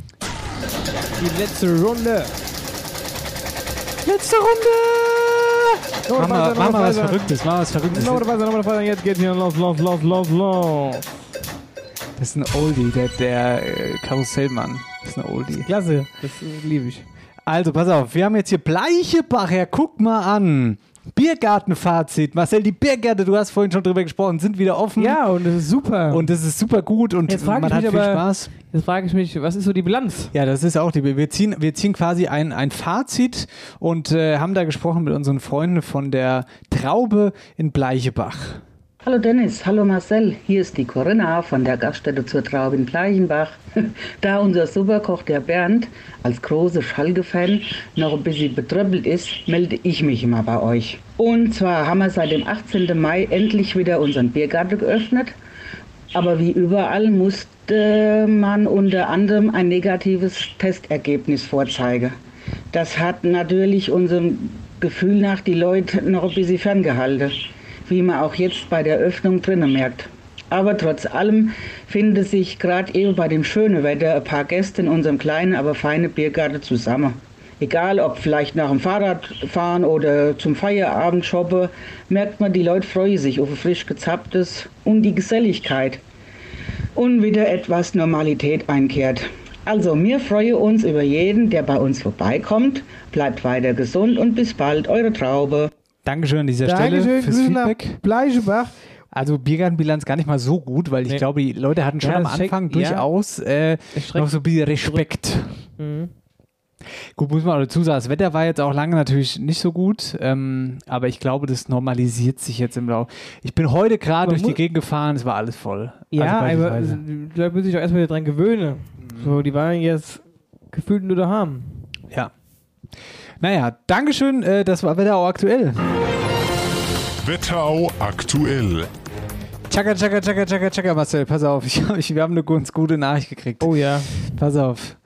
Die letzte Runde. Letzte Runde! Mach mal, mach mal was Verrücktes, mach mal was Verrücktes. Nochmal dabei sein, nochmal dabei sein. Jetzt geht's hier los, los, los, los, los. Das ist ein Oldie, der, der äh, Karussellmann. Das ist ein Oldie. äh, Klasse, das liebe ich. Also, pass auf, wir haben jetzt hier Bleichebacher, guck mal an. Biergartenfazit. Marcel, die Biergärte, du hast vorhin schon drüber gesprochen, sind wieder offen. Ja, und das ist super. Und das ist super gut und Jetzt frage man ich hat mich viel aber, Spaß. Jetzt frage ich mich, was ist so die Bilanz? Ja, das ist auch die. Wir ziehen, wir ziehen quasi ein, ein Fazit und äh, haben da gesprochen mit unseren Freunden von der Traube in Bleichebach. Hallo Dennis, hallo Marcel, hier ist die Corinna von der Gaststätte zur Traube in Bleichenbach. (laughs) Da unser Superkoch, der Bernd, als großer Schalke-Fan noch ein bisschen betröppelt ist, melde ich mich immer bei euch. Und zwar haben wir seit dem 18. Mai endlich wieder unseren Biergarten geöffnet. Aber wie überall musste man unter anderem ein negatives Testergebnis vorzeigen. Das hat natürlich unserem Gefühl nach die Leute noch ein bisschen ferngehalten, wie man auch jetzt bei der Öffnung drinnen merkt. Aber trotz allem finden sich gerade eben bei dem schönen Wetter ein paar Gäste in unserem kleinen, aber feinen Biergarten zusammen. Egal ob vielleicht nach dem Fahrradfahren oder zum Feierabend shoppen, merkt man, die Leute freuen sich auf ein frisch gezapptes und die Geselligkeit und wieder etwas Normalität einkehrt. Also, wir freuen uns über jeden, der bei uns vorbeikommt. Bleibt weiter gesund und bis bald, eure Traube. Dankeschön an dieser Stelle Dankeschön, fürs Grüße nach Feedback. Bleichebach. Also Biergartenbilanz gar nicht mal so gut, weil ich Nee. glaube, die Leute hatten schon Ja, am das schreckt- Anfang ja. durchaus äh, noch so ein bisschen Respekt. Mhm. Gut, muss man auch dazu sagen, das Wetter war jetzt auch lange natürlich nicht so gut, ähm, aber ich glaube, das normalisiert sich jetzt im Laufe. Ich bin heute gerade durch die mu- Gegend gefahren, es war alles voll. Ja, Also aber äh, beispielsweise. die Leute müssen sich auch erstmal wieder dran gewöhnen. Mhm. So, die waren jetzt gefühlt nur daheim. Ja. Naja, Dankeschön, äh, das war Wetterau aktuell. Wetterau aktuell. Tschakka, tschakka, tschakka, tschakka, tschakka, Marcel, pass auf. Ich, (laughs) ich, wir haben eine ganz gute Nachricht gekriegt. Oh ja. Pass auf.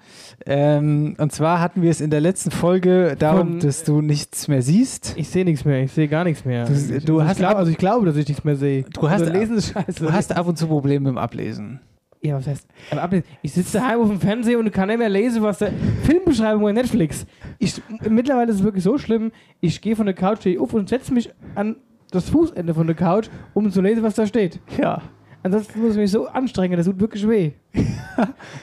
Ähm, und zwar hatten wir es in der letzten Folge darum, Von- dass du nichts mehr siehst. Ich sehe nichts mehr, ich sehe gar nichts mehr. Du- Ich- du ich hast glaub, ab- also ich glaube, dass ich nichts mehr sehe. Du hast, also lesen ist scheiße. du hast ab und zu Probleme mit dem Ablesen. ja, was heißt? Aber ab, ich sitze daheim auf dem Fernseher und kann nicht mehr lesen, was da Filmbeschreibung bei Netflix. Ich, mittlerweile ist es wirklich so schlimm. Ich gehe von der Couch stehe auf und setze mich an das Fußende von der Couch, um zu lesen, was da steht. Ja. Ansonsten muss ich mich so anstrengen, das tut wirklich (laughs) weh. Und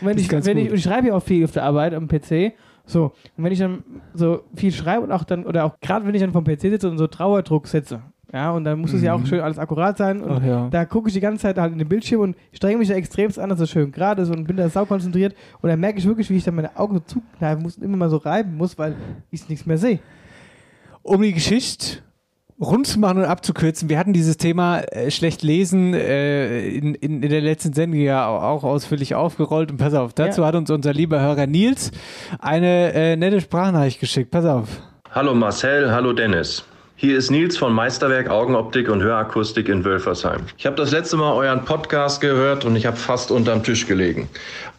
wenn Das ist ich, ganz wenn ich, gut. und ich schreibe ja auch viel auf der Arbeit am PC. So, und wenn ich dann so viel schreibe und auch dann, oder auch gerade wenn ich dann vom PC sitze und so Trauerdruck setze, ja, und dann muss es ja auch Mhm. schön alles akkurat sein. Und Ach ja. da gucke ich die ganze Zeit halt in den Bildschirm und strenge mich da extremst an, dass es schön gerade ist und bin da sau konzentriert. Und dann merke ich wirklich, wie ich dann meine Augen so zukneifen muss und immer mal so reiben muss, weil ich nichts mehr sehe. um die Geschichte rund zu machen und abzukürzen, wir hatten dieses Thema äh, schlecht lesen äh, in, in, in der letzten Sendung ja au- auch ausführlich aufgerollt. Und pass auf, dazu hat uns unser lieber Hörer Nils eine äh, nette Sprachnachricht geschickt. Pass auf. Hallo Marcel, hallo Dennis. Hier ist Nils von Meisterwerk Augenoptik und Hörakustik in Wölfersheim. Ich habe das letzte Mal euren Podcast gehört und ich habe fast unterm Tisch gelegen.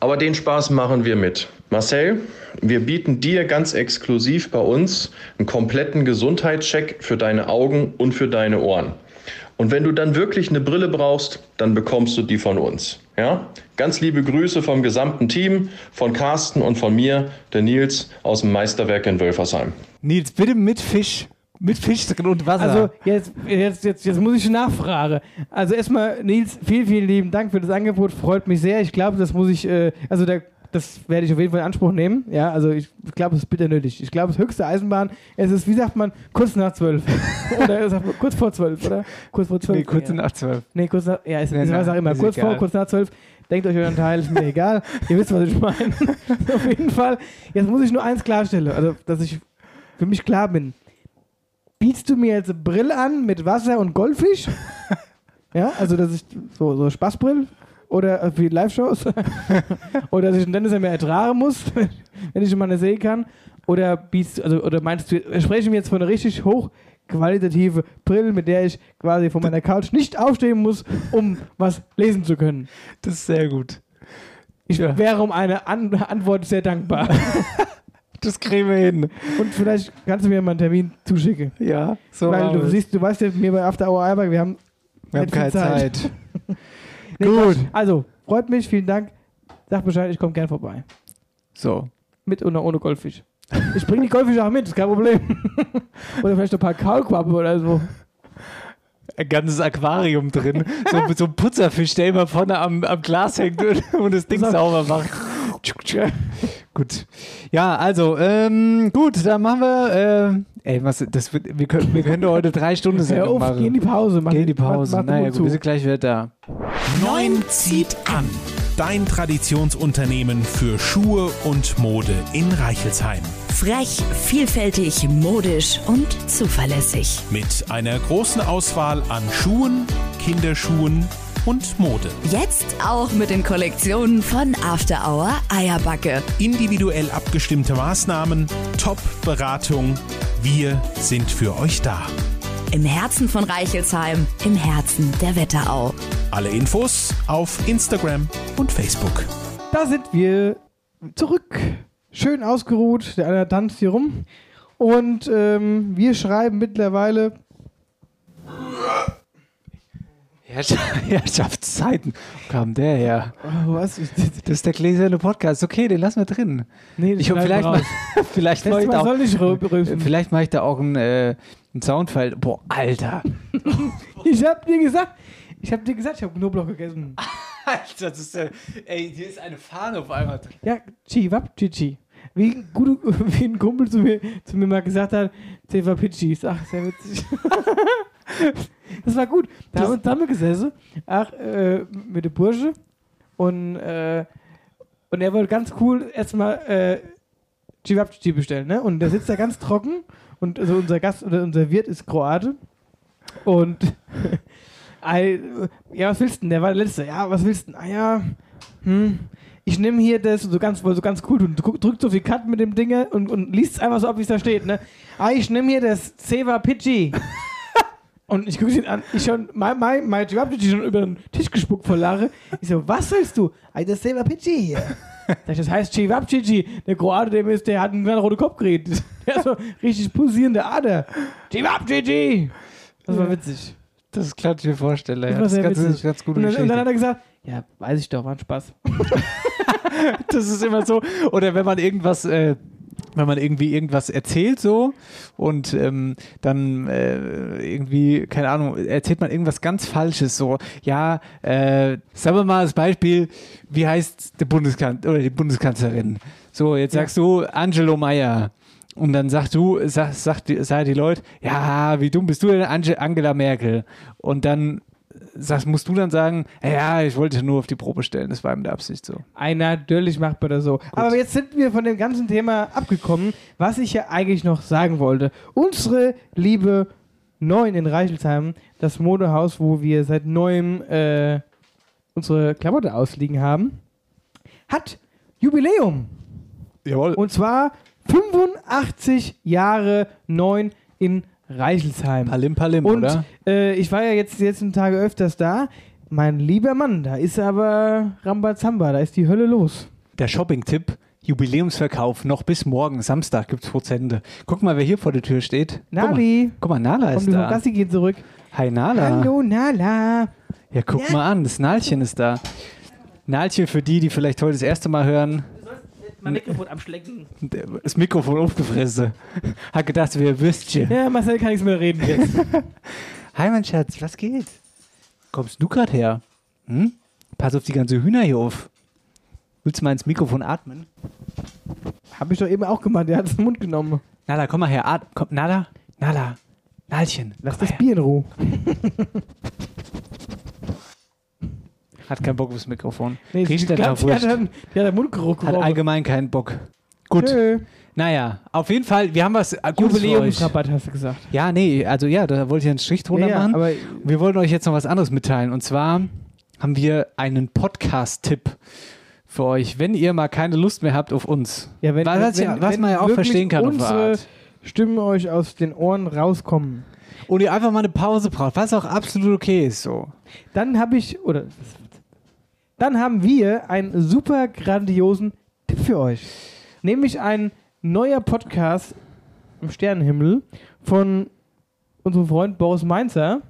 Aber den Spaß machen wir mit. Marcel, wir bieten dir ganz exklusiv bei uns einen kompletten Gesundheitscheck für deine Augen und für deine Ohren. Und wenn du dann wirklich eine Brille brauchst, dann bekommst du die von uns. Ja? Ganz liebe Grüße vom gesamten Team, von Carsten und von mir, der Nils aus dem Meisterwerk in Wölfersheim. Nils, bitte mit Fisch. Mit Fisch drin und Wasser. Also jetzt, jetzt, jetzt, jetzt muss ich eine Nachfrage. Also erstmal, Nils, vielen, vielen lieben Dank für das Angebot. Freut mich sehr. Ich glaube, das muss ich, äh, also da, das werde ich auf jeden Fall in Anspruch nehmen. Ja, also ich glaube, es ist bitter nötig. Ich glaube, es ist höchste Eisenbahn. Es ist, wie sagt man, kurz nach zwölf. (laughs) oder sagt man, kurz vor zwölf, oder? Kurz vor zwölf. nee, kurz ja. nach zwölf. Nee, kurz nach, ja, ist, Nee, ich nein, sag immer, ist kurz vor, egal. kurz nach zwölf. Denkt euch euren Teil, ist mir (laughs) egal. Ihr wisst, was ich meine. (laughs) Auf jeden Fall. Jetzt muss ich nur eins klarstellen, also, dass ich für mich klar bin. Bietest du mir jetzt eine Brille an mit Wasser und (laughs) Goldfisch? ja, also das ist so, so Spaßbrill oder äh, für die (laughs) Live-Shows. oder dass ich einen Dennis mehr ertragen muss, (laughs) wenn ich ihn mal nicht sehen kann. Oder, bietest, du- also, oder meinst du, sprechen wir jetzt von einer richtig hochqualitative Brille, mit der ich quasi von meiner Couch nicht aufstehen muss, um was lesen zu können? Das ist sehr gut. Ich wäre um eine An Antwort sehr dankbar. (laughs) Das kriegen wir hin. Und vielleicht kannst du mir mal einen Termin zuschicken. Ja, so Weil machen du wir's. siehst, du weißt ja, mir bei After Hour Alberg, wir haben, Wir haben nicht viel keine Zeit. Nee, Gut. Also, freut mich, vielen Dank. Sag Bescheid, ich komme gern vorbei. So. Mit oder ohne Goldfisch. Ich bringe die Goldfische auch mit, ist kein Problem. (laughs) oder vielleicht ein paar Kaulquappen oder so. Ein ganzes Aquarium drin. So, so ein Putzerfisch, der immer vorne am, am Glas hängt und, und das Ding sauber macht. Tschuk, tschuk. gut. Ja, also, ähm, gut, dann machen wir. ähm, ey, was, das wird, wir, können, wir können heute drei Stunden Hör Sendung auf, machen. geh in die Pause. Mach, Geh in die Pause. Mach, mach den naja, Mund gut, wir sind gleich wieder da. 9 zieht an. Dein Traditionsunternehmen für Schuhe und Mode in Reichelsheim. Frech, vielfältig, modisch und zuverlässig. Mit einer großen Auswahl an Schuhen, Kinderschuhen und Mode. Jetzt auch mit den Kollektionen von After Hour Eierbacke. Individuell abgestimmte Maßnahmen, Top-Beratung. Wir sind für euch da. Im Herzen von Reichelsheim, im Herzen der Wetterau. Alle Infos auf Instagram und Facebook. Da sind wir zurück. Schön ausgeruht. Der eine tanzt hier rum. Und ähm, wir schreiben mittlerweile (laughs) Herrschaftszeiten. Wo kam der her? Oh, was? Das ist der gläserne Podcast. Okay, den lassen wir drin. Nee, das ich, schneiden wir vielleicht raus. mach- (laughs) vielleicht Letztes mache ich Mal da soll ich rüb- auch, rübsen. vielleicht mache ich da auch ein, äh, ein Soundfall. Boah, Alter. Ich hab dir gesagt, ich hab dir gesagt, ich hab Knoblauch Ah. gegessen. (laughs) Alter, das ist ja, ey, hier ist eine Fahne auf einmal drin. Ja, Chivap Chichi. Wie, ein guter- (laughs) wie ein Kumpel zu mir, zu mir mal gesagt hat, Cevapici. Ich sag, sehr witzig. das war gut. Da haben wir zusammen gesessen. Ach, äh, mit dem Bursche. Und, äh, und er wollte ganz cool erstmal äh, Chivap Chichi bestellen. Ne? Und der sitzt da ganz trocken. Und also unser Gast oder unser Wirt ist Kroate. Und (laughs) Ei, ja, was willst du denn? Der war der Letzte. Ja, was willst du denn? Ah ja, hm, ich nehme hier das und so ganz, so ganz cool und drückt so viel Cut mit dem Ding und, und liest es einfach so ab, wie es da steht. Ne? Ah, ich nehme hier das Seva Pidgey. und ich gucke ihn an. Ich schon, mein, mein, mein Job hat schon über den Tisch gespuckt vor Lache. Ich so, was willst du? Ah, das Seva Pidgey hier. Sag ich, Das heißt Cevapcici. Der Kroate, der ist, der hat einen kleinen roten Kopf geredet. (laughs) Der hat so richtig pulsierende Ader. Cevapcici. Das war witzig. Das kann ich mir vorstellen. Das ja. war Das ist sehr ganz, witzig. ganz gute und, dann, und dann Geschichte. hat er gesagt, ja, weiß ich doch, war ein Spaß. (laughs) Das ist immer so. Oder wenn man irgendwas, äh, wenn man irgendwie irgendwas erzählt so und ähm, dann äh, irgendwie, keine Ahnung, erzählt man irgendwas ganz Falsches so. Ja, äh, sagen wir mal als Beispiel, wie heißt der Bundeskan oder die Bundeskanzlerin? So, jetzt sagst du Angelo Meyer. Und dann sagst du, sag, sag, die- sagen die Leute, ja, wie dumm bist du denn, Ange Angela Merkel? Und dann äh, sagst, musst du dann sagen, ja, ich wollte nur auf die Probe stellen, das war mit Absicht so. Ein natürlich macht man das so. Aber jetzt sind wir von dem ganzen Thema abgekommen, was ich ja eigentlich noch sagen wollte. Unsere liebe Neuen in Reichelsheim, das Modehaus, wo wir seit neuem äh, unsere Klamotte ausliegen haben, hat Jubiläum. Jawohl. Und zwar 85 Jahre Neuen in Reichelsheim. Palim Palim, Und oder? Äh, ich war ja jetzt die letzten Tage öfters da. Mein lieber Mann, da ist aber Rambazamba, da ist die Hölle los. Der Shopping-Tipp, Jubiläumsverkauf, noch bis morgen, Samstag gibt's Prozente. Guck mal, wer hier vor der Tür steht. Guck mal. Nali. Guck mal, Nala Komm, ist du vom da. Gassi geh zurück. Hi Nala. Hallo Nala. Ja, guck mal an, das Nalchen ist da. Nalchen für die, die vielleicht heute das erste Mal hören. Mein Mikrofon am Schlecken. Der- Das Mikrofon aufgefressen. Hat gedacht, es wäre Würstchen. Ja, Marcel kann nichts mehr reden (laughs) jetzt. Hi, mein Schatz, was geht? Kommst du gerade her? Hm? Pass auf die ganze Hühner hier auf. Willst du mal ins Mikrofon atmen? Hab ich doch eben auch gemacht, der hat es den Mund genommen. Nala, komm mal her. At komm, Nala, Nala, Nalchen. Lass das Bier in Ruhe. Hat keinen Bock aufs Mikrofon. Nee, Riecht ich der glaub, drauf? die hat dann- die hat den Mundgeruch Hat gerochen. allgemein keinen Bock. Gut. Tschö. Naja, auf jeden Fall, wir haben was äh, Gutes für euch. Jubiläumsrabatt, hast du gesagt. Ja, nee, also ja, da wollte ich einen Strich drunter Ja, ja, machen. aber- wir wollten euch jetzt noch was anderes mitteilen. Und zwar haben wir einen Podcast-Tipp für euch, wenn ihr mal keine Lust mehr habt auf uns. Ja, wenn, was, wenn, ja- was wenn man ja auch wirklich verstehen kann. auf eine unsere Art. Stimmen euch aus den Ohren rauskommen. Und ihr einfach mal eine Pause braucht, was auch absolut okay ist so. Dann habe ich, oder dann haben wir einen super grandiosen Tipp für euch. Nämlich ein neuer Podcast im Sternenhimmel von unserem Freund Boris Mainzer.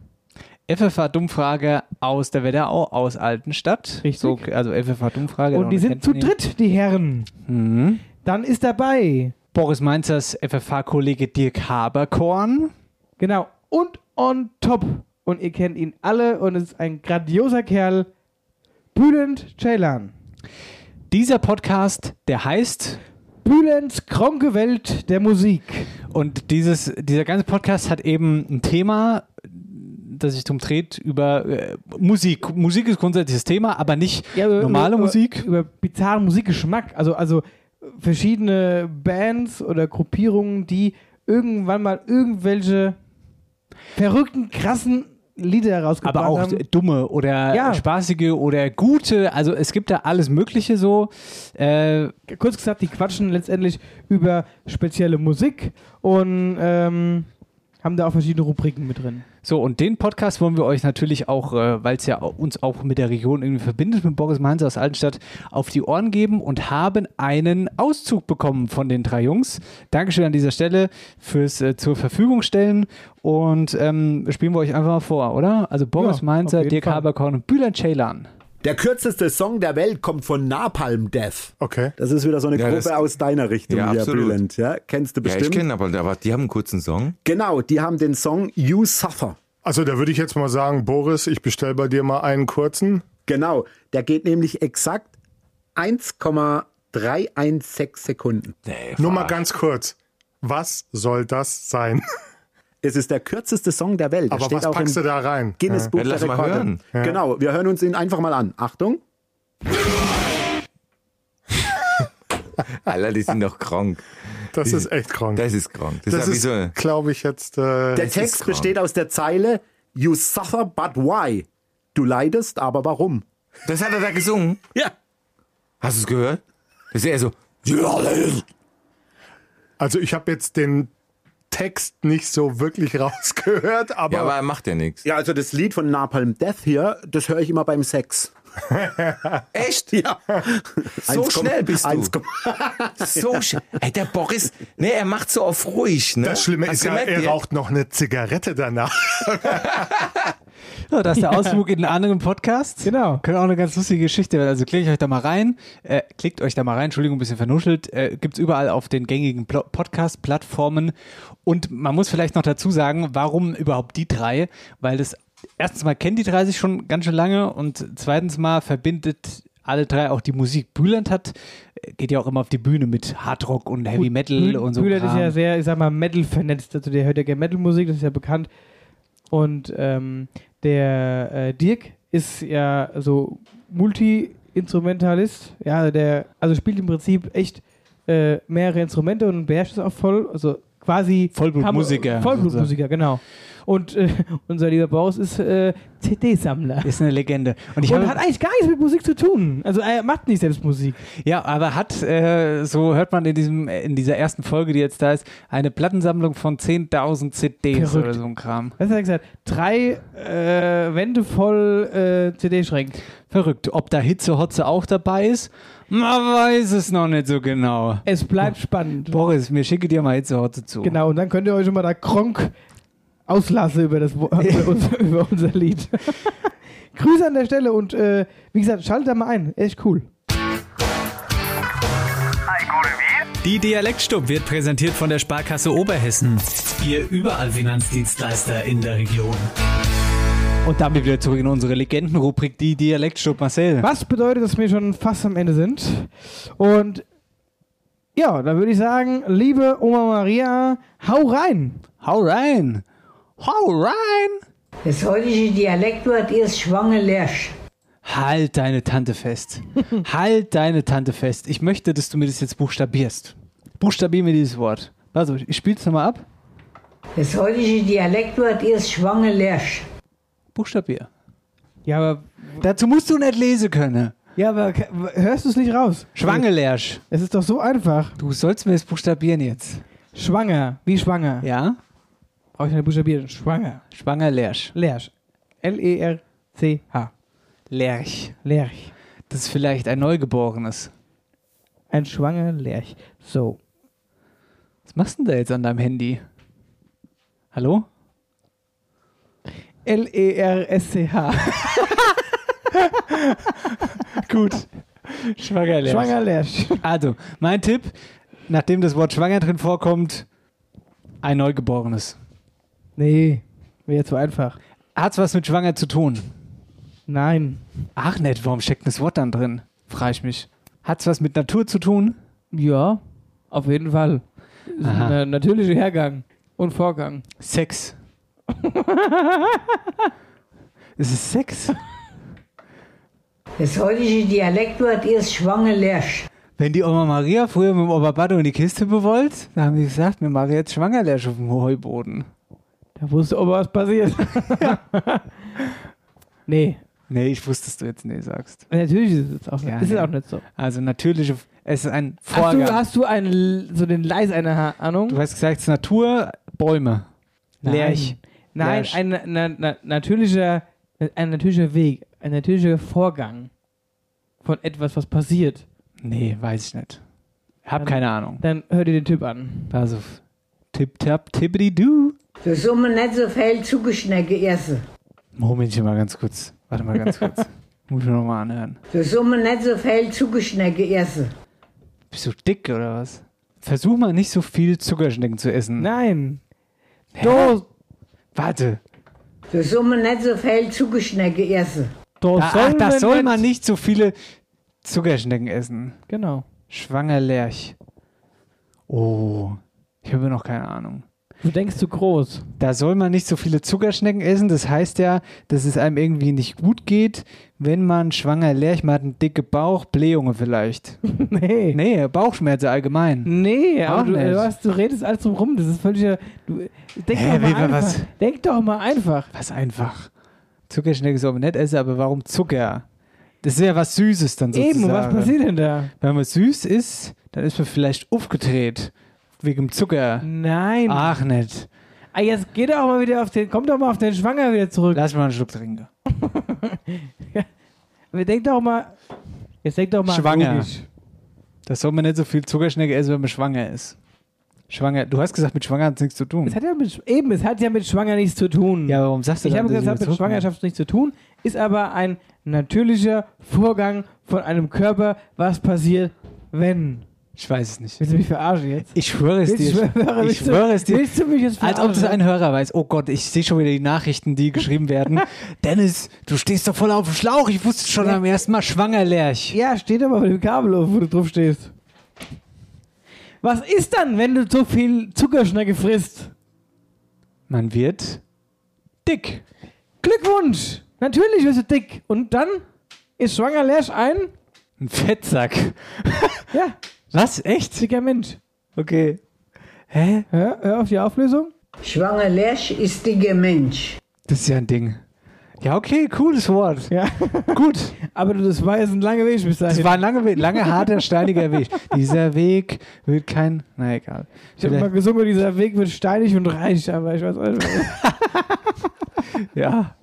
FFH Dummfrage aus der Wetterau, aus Altenstadt. Richtig. So, also FFH Dummfrage. Und die sind zu dritt. dritt, die Herren. Mhm. Dann ist dabei Boris Mainzers FFH-Kollege Dirk Haberkorn. Genau. Und on top. Und ihr kennt ihn alle und es ist ein grandioser Kerl. Bülent Ceylan. Dieser Podcast, der heißt Bülents kranke Welt der Musik. Und dieses, dieser ganze Podcast hat eben ein Thema, das sich drum dreht, über äh, Musik. Musik ist grundsätzlich das Thema, aber nicht äh, normale über, Musik. Über, über bizarren Musikgeschmack. Also, also äh, verschiedene Bands oder Gruppierungen, die irgendwann mal irgendwelche verrückten, krassen Lieder rausgebracht Aber auch haben. dumme oder äh, ähm, Ja. spaßige oder gute. Also es gibt da alles Mögliche so. Äh, Kurz gesagt, die quatschen letztendlich über spezielle Musik und ähm, haben da auch verschiedene Rubriken mit drin. So, und den Podcast wollen wir euch natürlich auch, äh, weil es ja au- uns auch mit der Region irgendwie verbindet, mit Boris Mainzer aus Altenstadt, auf die Ohren geben und haben einen Auszug bekommen von den drei Jungs. Dankeschön an dieser Stelle fürs äh, zur Verfügung stellen und ähm, spielen wir euch einfach mal vor, oder? Also Boris Ja, auf Mainzer, jeden Dirk Fall. Haberkorn und Bülent Ceylan. Der kürzeste Song der Welt kommt von Napalm Death. Okay. Das ist wieder so eine Ja, das- Gruppe aus deiner Richtung, Ja, ja, hier, absolut. Brillant. Ja, kennst du Ja, ich bestimmt. kenne aber, aber die haben einen kurzen Song. genau, die haben den Song You Suffer. Also da würde ich jetzt mal sagen, Boris, ich bestelle bei dir mal einen kurzen. Genau, der geht nämlich exakt 1,316 Sekunden. Nur mal ganz kurz. Was soll das sein? (laughs) Es ist der kürzeste Song der Welt. Er Aber steht was auch packst im du da rein? Guinness Ja. Buch Ja, lass der mal Rekorde. hören. Ja. Genau, wir hören uns ihn einfach mal an. Achtung. Alter, die (laughs) sind doch krank. Das die, ist echt krank. Das ist krank. Das, Das ist, ist, ja wie so, glaube ich, äh, jetzt. der Das ist Text krank. besteht aus der Zeile: You suffer, but why? Du leidest, aber warum? Das hat er da gesungen? Ja. Hast du es gehört? Das ist eher so. Also ich habe jetzt den Text nicht so wirklich (laughs) rausgehört, Ja, aber er macht ja nichts. Ja, also das Lied von Napalm Death hier, das höre ich immer beim Sex. (laughs) Echt? Ja. So schnell bist du. 1, (laughs) So sch- Ey, der Boris, ne, er macht so auf ruhig, ne? Das Schlimme Hast ist du ja, gemerkt, er wie raucht noch eine Zigarette danach. So, das ist der Ja. Ausflug in einen anderen Podcast. Genau. Könnte auch eine ganz lustige Geschichte werden. Also klickt euch da mal rein. Äh, klickt euch da mal rein. Entschuldigung, ein bisschen vernuschelt. Äh, Gibt es überall auf den gängigen Pl- Podcast-Plattformen. Und man muss vielleicht noch dazu sagen, warum überhaupt die drei? Weil das, erstens mal kennen die drei sich schon ganz schön lange und zweitens mal verbindet alle drei auch die Musik. Bülent hat, äh, geht ja auch immer auf die Bühne mit Hardrock und Heavy Metal Bül- und so. Bülent ist Kram. ja sehr, ich sag mal, Metal vernetzt. Also der hört ja gerne Metal-Musik, das ist ja bekannt. Und ähm, der äh, Dirk ist ja so Multi-Instrumentalist. Ja, also der also spielt im Prinzip echt äh, mehrere Instrumente und beherrscht es auch voll. Also quasi Vollblutmusiker Kam- Vollblutmusiker, genau. Und äh, (laughs) unser lieber Boris ist äh, CD-Sammler. Ist eine Legende. Und ich Und habe- hat eigentlich gar nichts mit Musik zu tun. Also er macht nicht selbst Musik. Ja, aber hat, äh, so hört man in, diesem, in dieser ersten Folge, die jetzt da ist, eine Plattensammlung von 10.000 CDs Verrückt. oder so ein Kram. Was hat er gesagt? Drei äh, Wände voll äh, CD-Schränke. Verrückt. Ob da Hitze Hotze auch dabei ist, man weiß es noch nicht so genau. Es bleibt spannend. Boris, mir schicke dir mal Hitze Hotze zu. Genau, und dann könnt ihr euch immer da Kronk auslassen über, (laughs) das, Wo- über, unser, über unser Lied. Grüße an der Stelle und äh, wie gesagt, schaltet da mal ein. Echt cool. Die Dialektstub wird präsentiert von der Sparkasse Oberhessen. Ihr überall Finanzdienstleister in der Region. Und damit wieder zurück in unsere Legendenrubrik, die Dialektstub Marcel. Was bedeutet, dass wir schon fast am Ende sind? Und ja, dann würde ich sagen, liebe Oma Maria, hau rein! Hau rein! Hau rein! Das heutige Dialektwort ist Schwangelersch. Halt deine (laughs) Tante fest. halt deine Tante fest. Ich möchte, dass du mir das jetzt buchstabierst. Buchstabier mir dieses Wort. Also, ich spiel's nochmal ab. Das heutige Dialektwort ist Schwangelersch. Buchstabier. Ja, aber. Dazu musst du nicht lesen können. Ja, aber ke- hörst du es nicht raus? Schwangelersch. Es ist doch so einfach. Du sollst mir das buchstabieren jetzt. Schwanger, wie schwanger. Ja. Brauche ich eine Buchstabieren. Schwanger. Schwangerlersch. Lersch. E L-E-R-C-H. Lerch. Lerch. Das ist vielleicht ein Neugeborenes. Ein schwanger Lerch. So. Was machst du denn da jetzt an deinem Handy? Hallo? E L-E-R-S-C-H. Gut. Schwangerlersch. Schwangerlersch. Also, mein Tipp, nachdem das Wort schwanger drin vorkommt, ein Neugeborenes. Nee, wäre zu einfach. Hat's was mit schwanger zu tun? Nein. Ach nicht, warum steckt denn das Wort dann drin? Frage ich mich. Hat's was mit Natur zu tun? Ja, auf jeden Fall. Ist Aha. ein äh, natürlicher Hergang und Vorgang. (laughs) Sex. Ist es Sex? Das heutige Dialektwort ist Schwangelersch. Wenn die Oma Maria früher mit dem Opa Baddo in die Kiste bewollt, dann haben die gesagt, wir machen jetzt Schwangerlärsch auf dem Heuboden. Da wusste aber, was passiert. (laughs) nee. Nee, ich wusste, dass du jetzt nee sagst. Natürlich ist es jetzt auch, ist es auch nicht so. Also natürliche, es ist ein Hast Vorgang. du, hast du einen, L- so den leis eine Ha- Ahnung? Du hast gesagt, es ist Natur, Bäume. Lerch. Nein, Lerch. ein na, na, na, natürlicher, ein natürlicher Weg, ein natürlicher Vorgang von etwas, was passiert. Nee, weiß ich nicht. Hab Dann- keine Ahnung. Dann hör dir den Typ an. Also, tipp, tap, tippity du. Du soll man nicht so viel Zugeschnecke essen. Momentchen mal ganz kurz. Warte mal (laughs) ganz kurz. Muss ich mir nochmal anhören. Du soll man nicht so viel Zugeschnecke essen. Bist du dick oder was? Versuch mal nicht so viel Zuckerschnecken zu essen. Nein. Do, Warte. Du soll man nicht so viel Zugeschnecke essen. do Da, ach, das soll man nicht so viele Zuckerschnecken essen. Genau. Schwangerlerch. Oh, ich habe noch keine Ahnung. Du denkst zu groß. Da soll man nicht so viele Zuckerschnecken essen. Das heißt ja, dass es einem irgendwie nicht gut geht, wenn man schwanger lerch, man hat einen dicken Bauch, Blähungen vielleicht. (laughs) nee. Nee, Bauchschmerzen allgemein. Nee, Auch aber du, nicht. du, hast, du redest alles drum rum. Das ist völliger. Du, denk, Hä, doch wie- mal einfach, was? denk doch mal einfach. Was einfach. Zuckerschnecke soll man nicht essen, aber warum Zucker? Das ist ja was Süßes dann sozusagen. Eben, und was passiert denn da? Wenn man süß ist, dann ist man vielleicht aufgedreht. Wegen dem Zucker. Nein. Ach nicht. Ah, jetzt geh doch mal wieder auf den. Komm doch mal auf den Schwanger wieder zurück. Lass mal einen Schluck trinken. Wir denk doch mal. Jetzt denk doch mal. Schwanger. logisch. Das soll man nicht so viel Zuckerschnecke essen, wenn man schwanger ist. Schwanger. Du hast gesagt, mit Schwanger hat es nichts zu tun. Es hat ja mit, eben, es hat ja mit Schwanger nichts zu tun. Ja, aber warum sagst du ich dann, habe dass gesagt, es hat ich mit bezogen bin? Schwangerschaft nichts zu tun, ist aber ein natürlicher Vorgang von einem Körper, was passiert, wenn. Ich weiß es nicht. Willst du mich verarschen jetzt? Ich schwöre es Willst du- dir. schwöre, ich willst du- schwöre es dir. willst du mich jetzt Als ob das verarschen? ein Hörer weiß. Oh Gott, ich sehe schon wieder die Nachrichten, die (laughs) geschrieben werden. Dennis, du stehst doch voll auf dem Schlauch. Ich wusste schon am ersten Mal Schwangerlerch. Ja, steht aber bei dem Kabel auf, wo du drauf stehst. Was ist dann, wenn du so viel Zuckerschnecke frisst? Man wird dick. Glückwunsch! Natürlich wirst du dick. Und dann ist schwanger Lersch ein Ein Fettsack. Ja. Was? Echt? dicker Mensch. Okay. Hä? Hör, hör auf die Auflösung. Schwanger Lerch ist dicker Mensch. Das ist ja ein Ding. Ja, okay, cooles Wort. Ja. Gut. Aber das war jetzt ein langer Weg bis dahin. Das war ein langer Weg, langer, harter, steiniger (laughs) Weg. Dieser Weg wird kein. Na egal. Ich habe mal gesungen, dieser Weg wird steinig und reich, aber ich weiß auch nicht. (laughs) ja.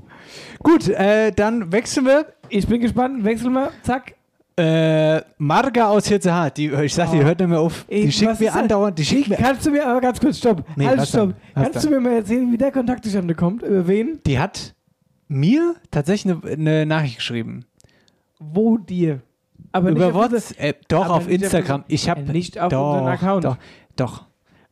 Gut, äh, dann wechseln wir. Ich bin gespannt, wechseln wir. Zack. Äh, Marga aus Hirzehaar, die ich sag, die hört nicht mehr auf. Die Oh. Ich- was schickt mir ist das? andauernd, die schickt mir. Kannst du mir aber ganz kurz stopp. Nee, halt, was stopp. dann? Was Kannst dann? du mir mal erzählen, wie der Kontakt zustande kommt? Über wen? Die hat mir tatsächlich eine, eine Nachricht geschrieben. Wo dir? Aber Über nicht auf unser- WhatsApp, doch, aber auf nicht Instagram. unser- ich habe nicht auf doch, unseren Account. Doch, doch.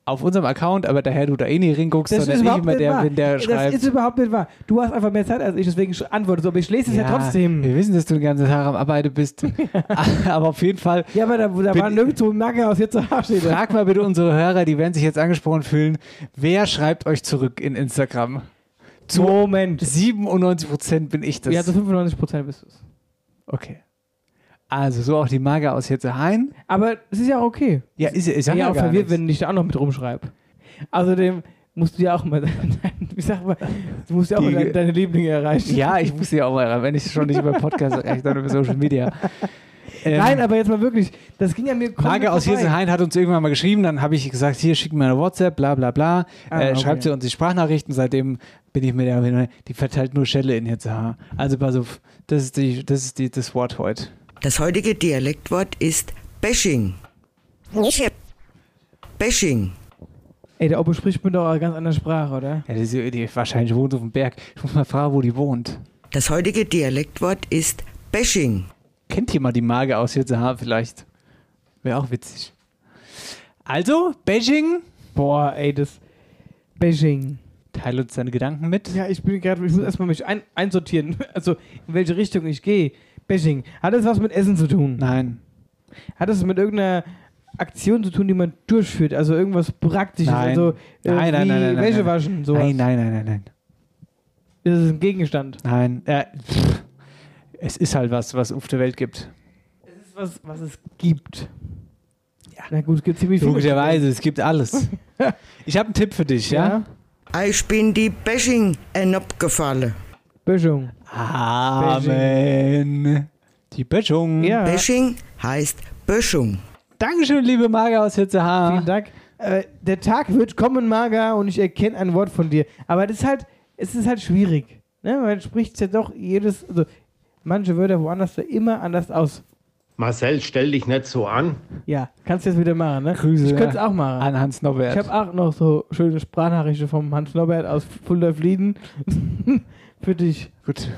Auf unserem Account, aber daher du da eh nie reinguckst, Das ist sondern ich überhaupt immer nicht der, wahr. wenn der das schreibt. ist überhaupt nicht wahr. Du hast einfach mehr Zeit als ich, deswegen sch- antwortest du. Aber ich lese es ja, trotzdem. Wir wissen, dass du den ganzen Tag am (laughs) Arbeiten bist. (laughs) aber auf jeden Fall. Ja, aber da, da war nirgendwo ein Nagel aus jetzt zu steht. da. Frag mal bitte unsere Hörer, die werden sich jetzt angesprochen fühlen. Wer schreibt euch zurück in Instagram? Zu Moment. 97% bin ich das. Ja, zu 95% bist du es. Okay. Also, so auch die Mager aus Hetzehain. Aber es ist ja auch okay. Ja, ist, ist Ich ja, bin ja ja auch gar verwirrt, nichts. wenn ich da auch noch mit rumschreibe. Außerdem musst du ja auch mal, (laughs) ich sag mal, du musst ja auch Die- mal deine, deine Lieblinge erreichen. Ja, ich muss sie auch mal rein, wenn ich schon (laughs) nicht über Podcast erreicht, dann über Social Media. Ähm, Nein, aber jetzt mal wirklich, das ging ja mir komplett Mager aus vorbei. Hirsenhain hat uns irgendwann mal geschrieben, dann habe ich gesagt, hier schickt mir eine WhatsApp, bla bla bla. Ah, äh, okay. Schreibt sie uns die Sprachnachrichten, seitdem bin ich mit der, die verteilt nur Schelle in Hirsenhain. Also pass auf, das ist, die, das, ist die, das Wort heute. Das heutige Dialektwort ist Bashing. Bashing. Ey, der Obo spricht mit doch einer ganz anderen Sprache, oder? Ja, das ist, ja- die wahrscheinlich wohnt auf dem Berg. Ich muss mal fragen, wo die wohnt. Das heutige Dialektwort ist Bashing. Kennt jemand die Mager aus Hirsenhain vielleicht? Wäre auch witzig. Also, Beijing. Boah, ey, das Beijing. Teile uns deine Gedanken mit. Ja, ich bin gerade, ich muss erstmal mich ein, einsortieren, (laughs) also in welche Richtung ich gehe. Bashing. Hat das was mit Essen zu tun? Nein. Hat das mit irgendeiner Aktion zu tun, die man durchführt? Also irgendwas Praktisches? Nein. Also äh, nein, nein, wie nein, nein, nein, Wäsche nein. waschen? Sowas. Nein, nein, nein, nein, nein. Das ist ein Gegenstand. Nein. Äh, pff. es ist halt was, was es auf der Welt gibt. Das ist was, was es gibt. Ja. Na gut, es gibt ziemlich viele. Logischerweise, es (laughs) gibt alles. Ich habe einen Tipp für dich, ja? Ich bin die Bashing enabgefallen. Böschung. Amen. Die Böschung. Ja. Bashing heißt Böschung. Dankeschön, liebe Mager aus Hitzehaar. Vielen Dank. Äh, der Tag wird kommen, Maga, und ich erkenne ein Wort von dir. Aber das ist halt, es ist halt schwierig. Ne? Man spricht ja doch jedes, also manche Wörter woanders immer anders aus. Marcel, stell dich nicht so an. Ja, kannst du jetzt wieder machen, ne? Grüße ich könnte es auch machen. An Hans Norbert. Ich habe auch noch so schöne Sprachnachrichten vom Hans Norbert aus Fulda Flieden (laughs) für dich. Gut.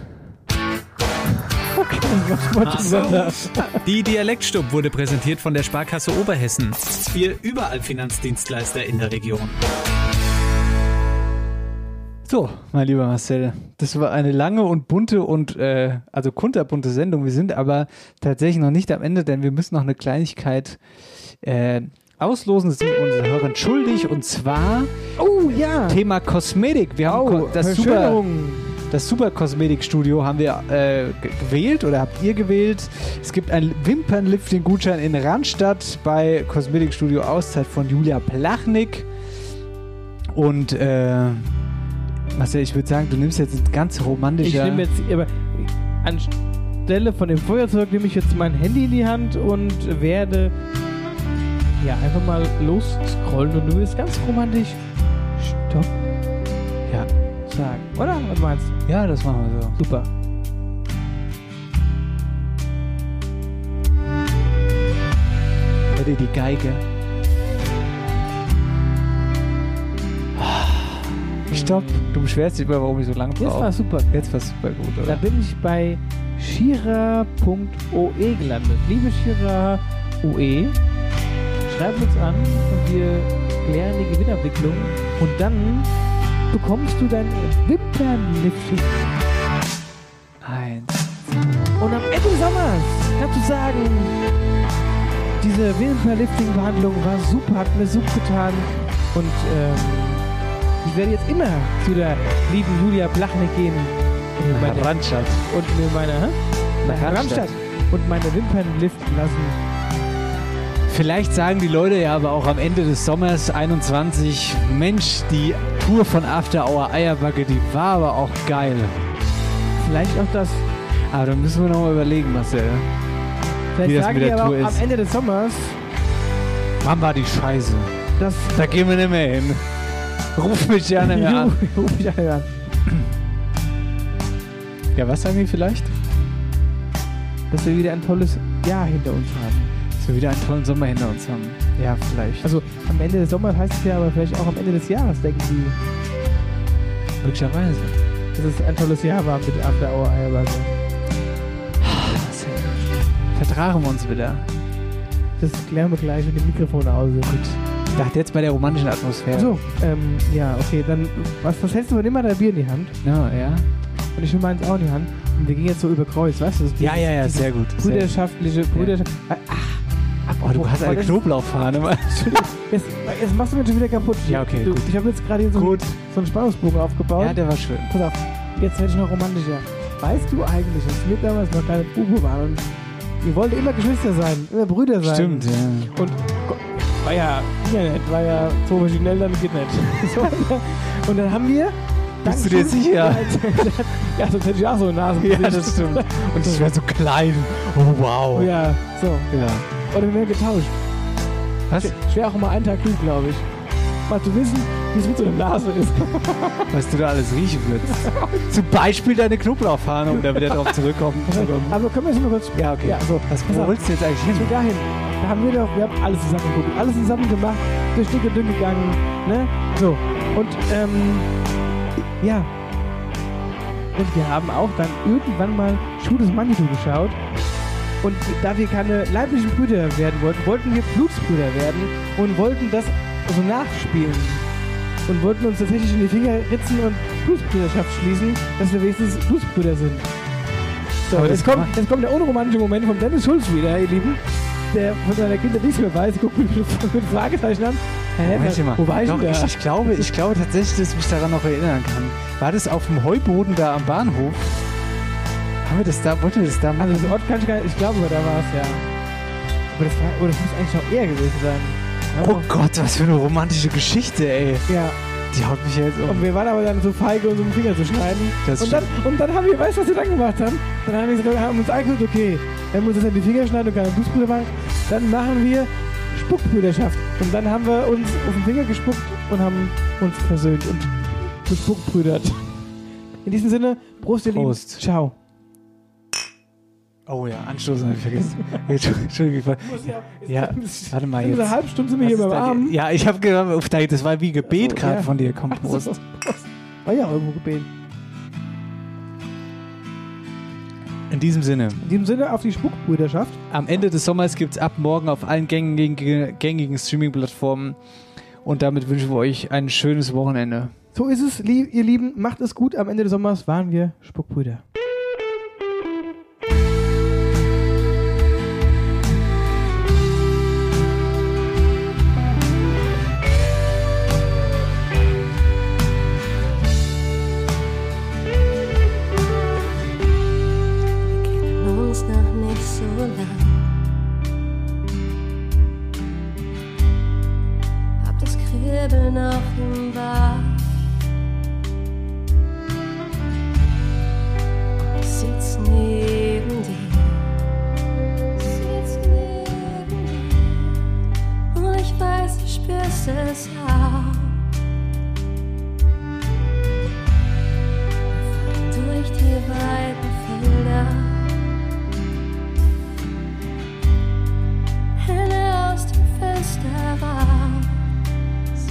Die Dialektstub wurde präsentiert von der Sparkasse Oberhessen. Wir überall Finanzdienstleister in der Region. So, mein lieber Marcel, das war eine lange und bunte und äh, also kunterbunte Sendung. Wir sind aber tatsächlich noch nicht am Ende, denn wir müssen noch eine Kleinigkeit äh, auslosen. Das sind unsere Hörer schuldig und zwar Oh ja! Thema Kosmetik. Wir haben Ko- das super, Verschönerung. das super Kosmetikstudio haben wir äh, ge- gewählt oder habt ihr gewählt. Es gibt einen Wimpernlifting-Gutschein in Randstadt bei Kosmetikstudio Auszeit von Julia Plachnik. Und äh, Marcel, ich würde sagen, du nimmst jetzt ein ganz Ich romantischer. nehme jetzt, aber anstelle von dem Feuerzeug nehme ich jetzt mein Handy in die Hand und werde ja einfach mal losscrollen und du wirst ganz romantisch Stopp ja. sagen, oder? Was meinst du? ja, das machen wir so. Also, Super. Hört ihr die Geige? Stopp, du beschwerst dich immer, warum ich so lang brauche. Jetzt war super. Jetzt war super gut, Da oder? bin ich bei shira.oe E gelandet. Liebe shira.oe, schreib uns an und wir klären die Gewinnabwicklung und dann bekommst du dein Wimpernlifting. Nein. Und am Ende des Sommers kannst du sagen, diese Wimpernlifting-Behandlung war super, hat mir super getan und ähm, ich werde jetzt immer zu der lieben Julia Blachnik gehen. und Nach meine- Randstadt. und mir meine, hä? Nach Meine Randstadt. Randstadt. Und meine Wimpern liften lassen. Vielleicht sagen die Leute ja aber auch am Ende des Sommers 21, Mensch, die Tour von After Hour Eierbacke, die war aber auch geil. Vielleicht auch das. Aber da müssen wir nochmal überlegen, Marcel. Vielleicht wie das sagen mit die der aber Tour auch ist. am Ende des Sommers, Mann, war die Scheiße. da gehen wir nicht mehr hin. Ruf mich ja nicht (laughs) mehr an. Ruf mich ja an. Ja, was sagen wir vielleicht? dass wir wieder ein tolles Jahr hinter uns haben. Dass wir wieder einen tollen Sommer hinter uns haben. Ja, vielleicht. Also am Ende des Sommers heißt es ja, aber vielleicht auch am Ende des Jahres denken die, möglicherweise. dass es ein tolles Jahr war mit After Hour Eierbacke. Vertragen wir uns wieder. Das klären wir gleich, wenn die Mikrofone aus sind. Ich dachte jetzt bei der romantischen Atmosphäre. So, ähm, ja, okay, dann, was, was hältst du? Nimm mal dein Bier in die Hand. Ja, ja. Und ich nehme meins auch in die Hand. Und wir gehen jetzt so über Kreuz, weißt du? das- Ja, ja, ja, dieses sehr gut, sehr Brüderschaftliche, Brüderschaft. Oh, du hast eine (laughs) Knoblauchfahne. Jetzt, jetzt machst du mir schon wieder kaputt. Ja, okay, Du, gut. ich habe jetzt gerade hier so, einen- so einen Spannungsbogen aufgebaut. Ja, der war schön. Pass auf, jetzt werde ich noch romantischer. Weißt du eigentlich, dass wir damals noch kleine Bubu waren und wir wollten immer Geschwister sein, immer Brüder sein. Stimmt, ja. Und go- war Ah, ja, ging ja nicht, war ja so originell, dann geht (laughs) nicht. So, und dann haben wir. Bist du dir Dankeschön. sicher? (laughs) Ja, sonst hätte ich auch so eine Nase. Ja, das (laughs) stimmt. Und ich wäre so klein. Oh, wow. Ja, so. Ja. Oder wir wären getauscht. Was? Ich, ich wäre auch mal einen Tag klug, glaube ich. Mal zu wissen, wie es mit so einer Nase ist. (laughs) Was du da alles riechen würdest. Zum Beispiel deine Knoblauchfahne, um da wieder drauf (laughs) zurückkommen. Aber können wir schon mal kurz sprechen? Ja, okay. Ja, so. Was Pass auf. holst du jetzt eigentlich hin? Jetzt wieder dahin. Da haben wir doch, wir haben alles zusammen geguckt, alles zusammen gemacht, durch dick und dünn gegangen, ne? So. Und, ähm, ja. Und wir haben auch dann irgendwann mal Schuh des Manitou geschaut. Und da wir keine leiblichen Brüder werden wollten, wollten wir Blutsbrüder werden und wollten das so nachspielen. Und wollten uns tatsächlich in die Finger ritzen und Blutsbrüderschaft schließen, dass wir wenigstens Blutsbrüder sind. So, Aber das jetzt, kommt, jetzt kommt der unromantische Moment von Dennis Schulz wieder, ihr Lieben. Der von seiner Kinder nichts mehr weiß, guckt mich mit, mit Fragezeichen an. Hä, Moment mal. Wo war ich Doch, denn da? ich, ich glaube, ich glaube tatsächlich, dass ich mich daran noch erinnern kann. War das auf dem Heuboden da am Bahnhof? Haben wir das da, wollten wir das da machen? Also das Ort kann ich gar nicht, ich glaube, da war es, ja. Aber das, war, oh, das muss eigentlich noch eher gewesen sein. Oh Gott, was für eine romantische Geschichte, ey. Ja. Die haut mich ja jetzt um. Und wir waren aber dann so feige, uns um den Finger zu schneiden. Das und, dann, und dann haben wir, weißt du, was wir dann gemacht haben? Dann haben wir gesagt, haben uns angeguckt, okay, wenn wir uns jetzt in die Finger schneiden und keine Bußbrüder machen, dann machen wir Spuckbrüderschaft. Und dann haben wir uns auf den Finger gespuckt und haben uns versöhnt und gespuckbrüdert. In diesem Sinne, Prost, ihr Lieben. Ciao. Oh ja, Anstoß habe (laughs) ich vergessen. Entschuldigung. Ich ver- ja, warte mal In jetzt. einer halben Stunde sind wir Was hier ist beim da- Abend. Ja, ich habe gedacht, uff, da- das war wie Ach Gebet so, gerade ja. von dir. Komm, Prost. War ja irgendwo gebeten. In diesem Sinne. In diesem Sinne, auf die Spuckbrüderschaft. Am Ende des Sommers gibt's ab morgen auf allen gängigen, gängigen Streaming-Plattformen. Und damit wünschen wir euch ein schönes Wochenende. So ist es, lieb, ihr Lieben. Macht es gut. Am Ende des Sommers waren wir Spuckbrüder. kennen uns noch nicht so lang. Hab das Kribbeln noch im Bauch. Sitz neben dir. Sitz neben dir. Und ich weiß, du spürst es auch. durch die weiten Felder. Helle aus dem Fenster raus.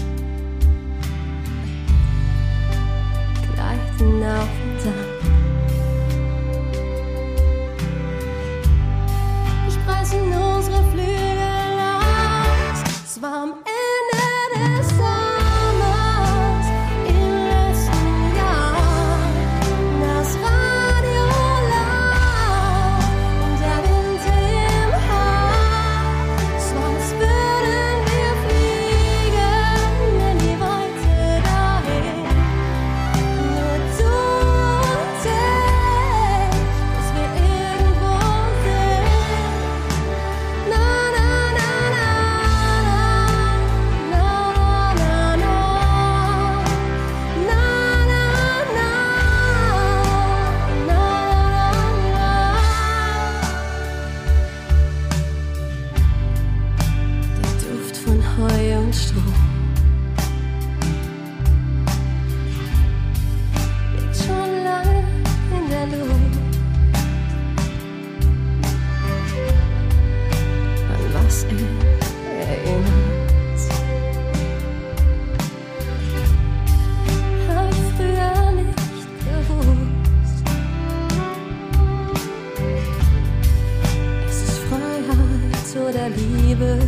oder Liebe.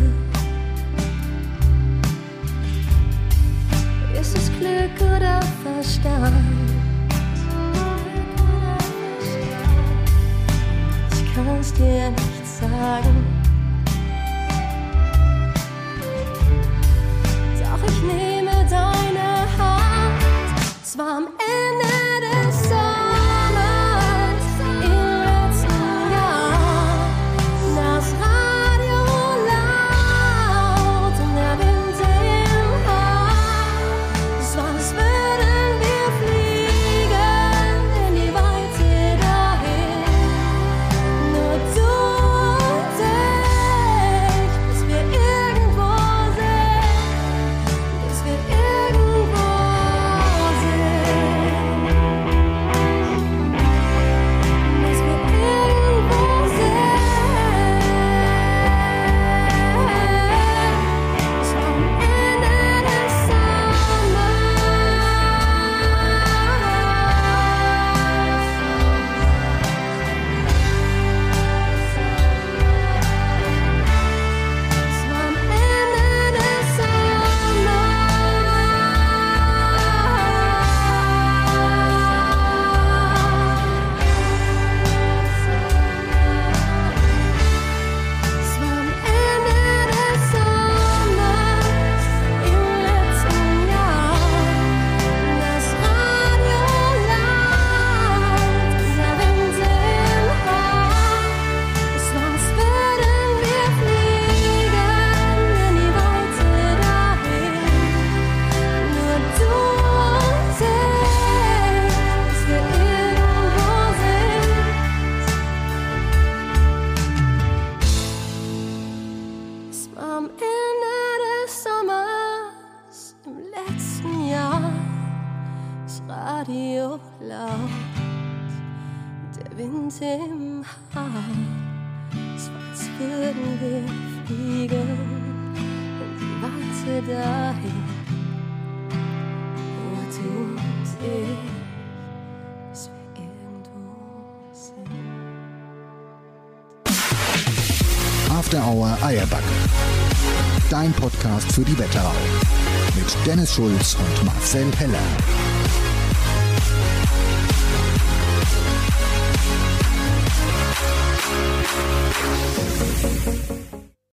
Ist es Glück oder Verstand? Ich kann's dir nicht sagen. Doch ich nehme deine Hand. Es war am Ende des Sommers im letzten Jahr. Das Radio laut und der Wind im Haar. Es war, als würden wir fliegen in die Weite dahin. Nur du und ich, bis wir irgendwo sind, bis wir irgendwo sind. Es war am Ende des Sommers im letzten Jahr. Das Radio laut, der Wind im Haar. Es war, als würden wir fliegen in die Weite dahin. Nur du und ich, bis wir irgendwo sind. After Hour Eierbacke. Dein Podcast für die Wetterau. Mit Dennis Schulz und Marcel Heller.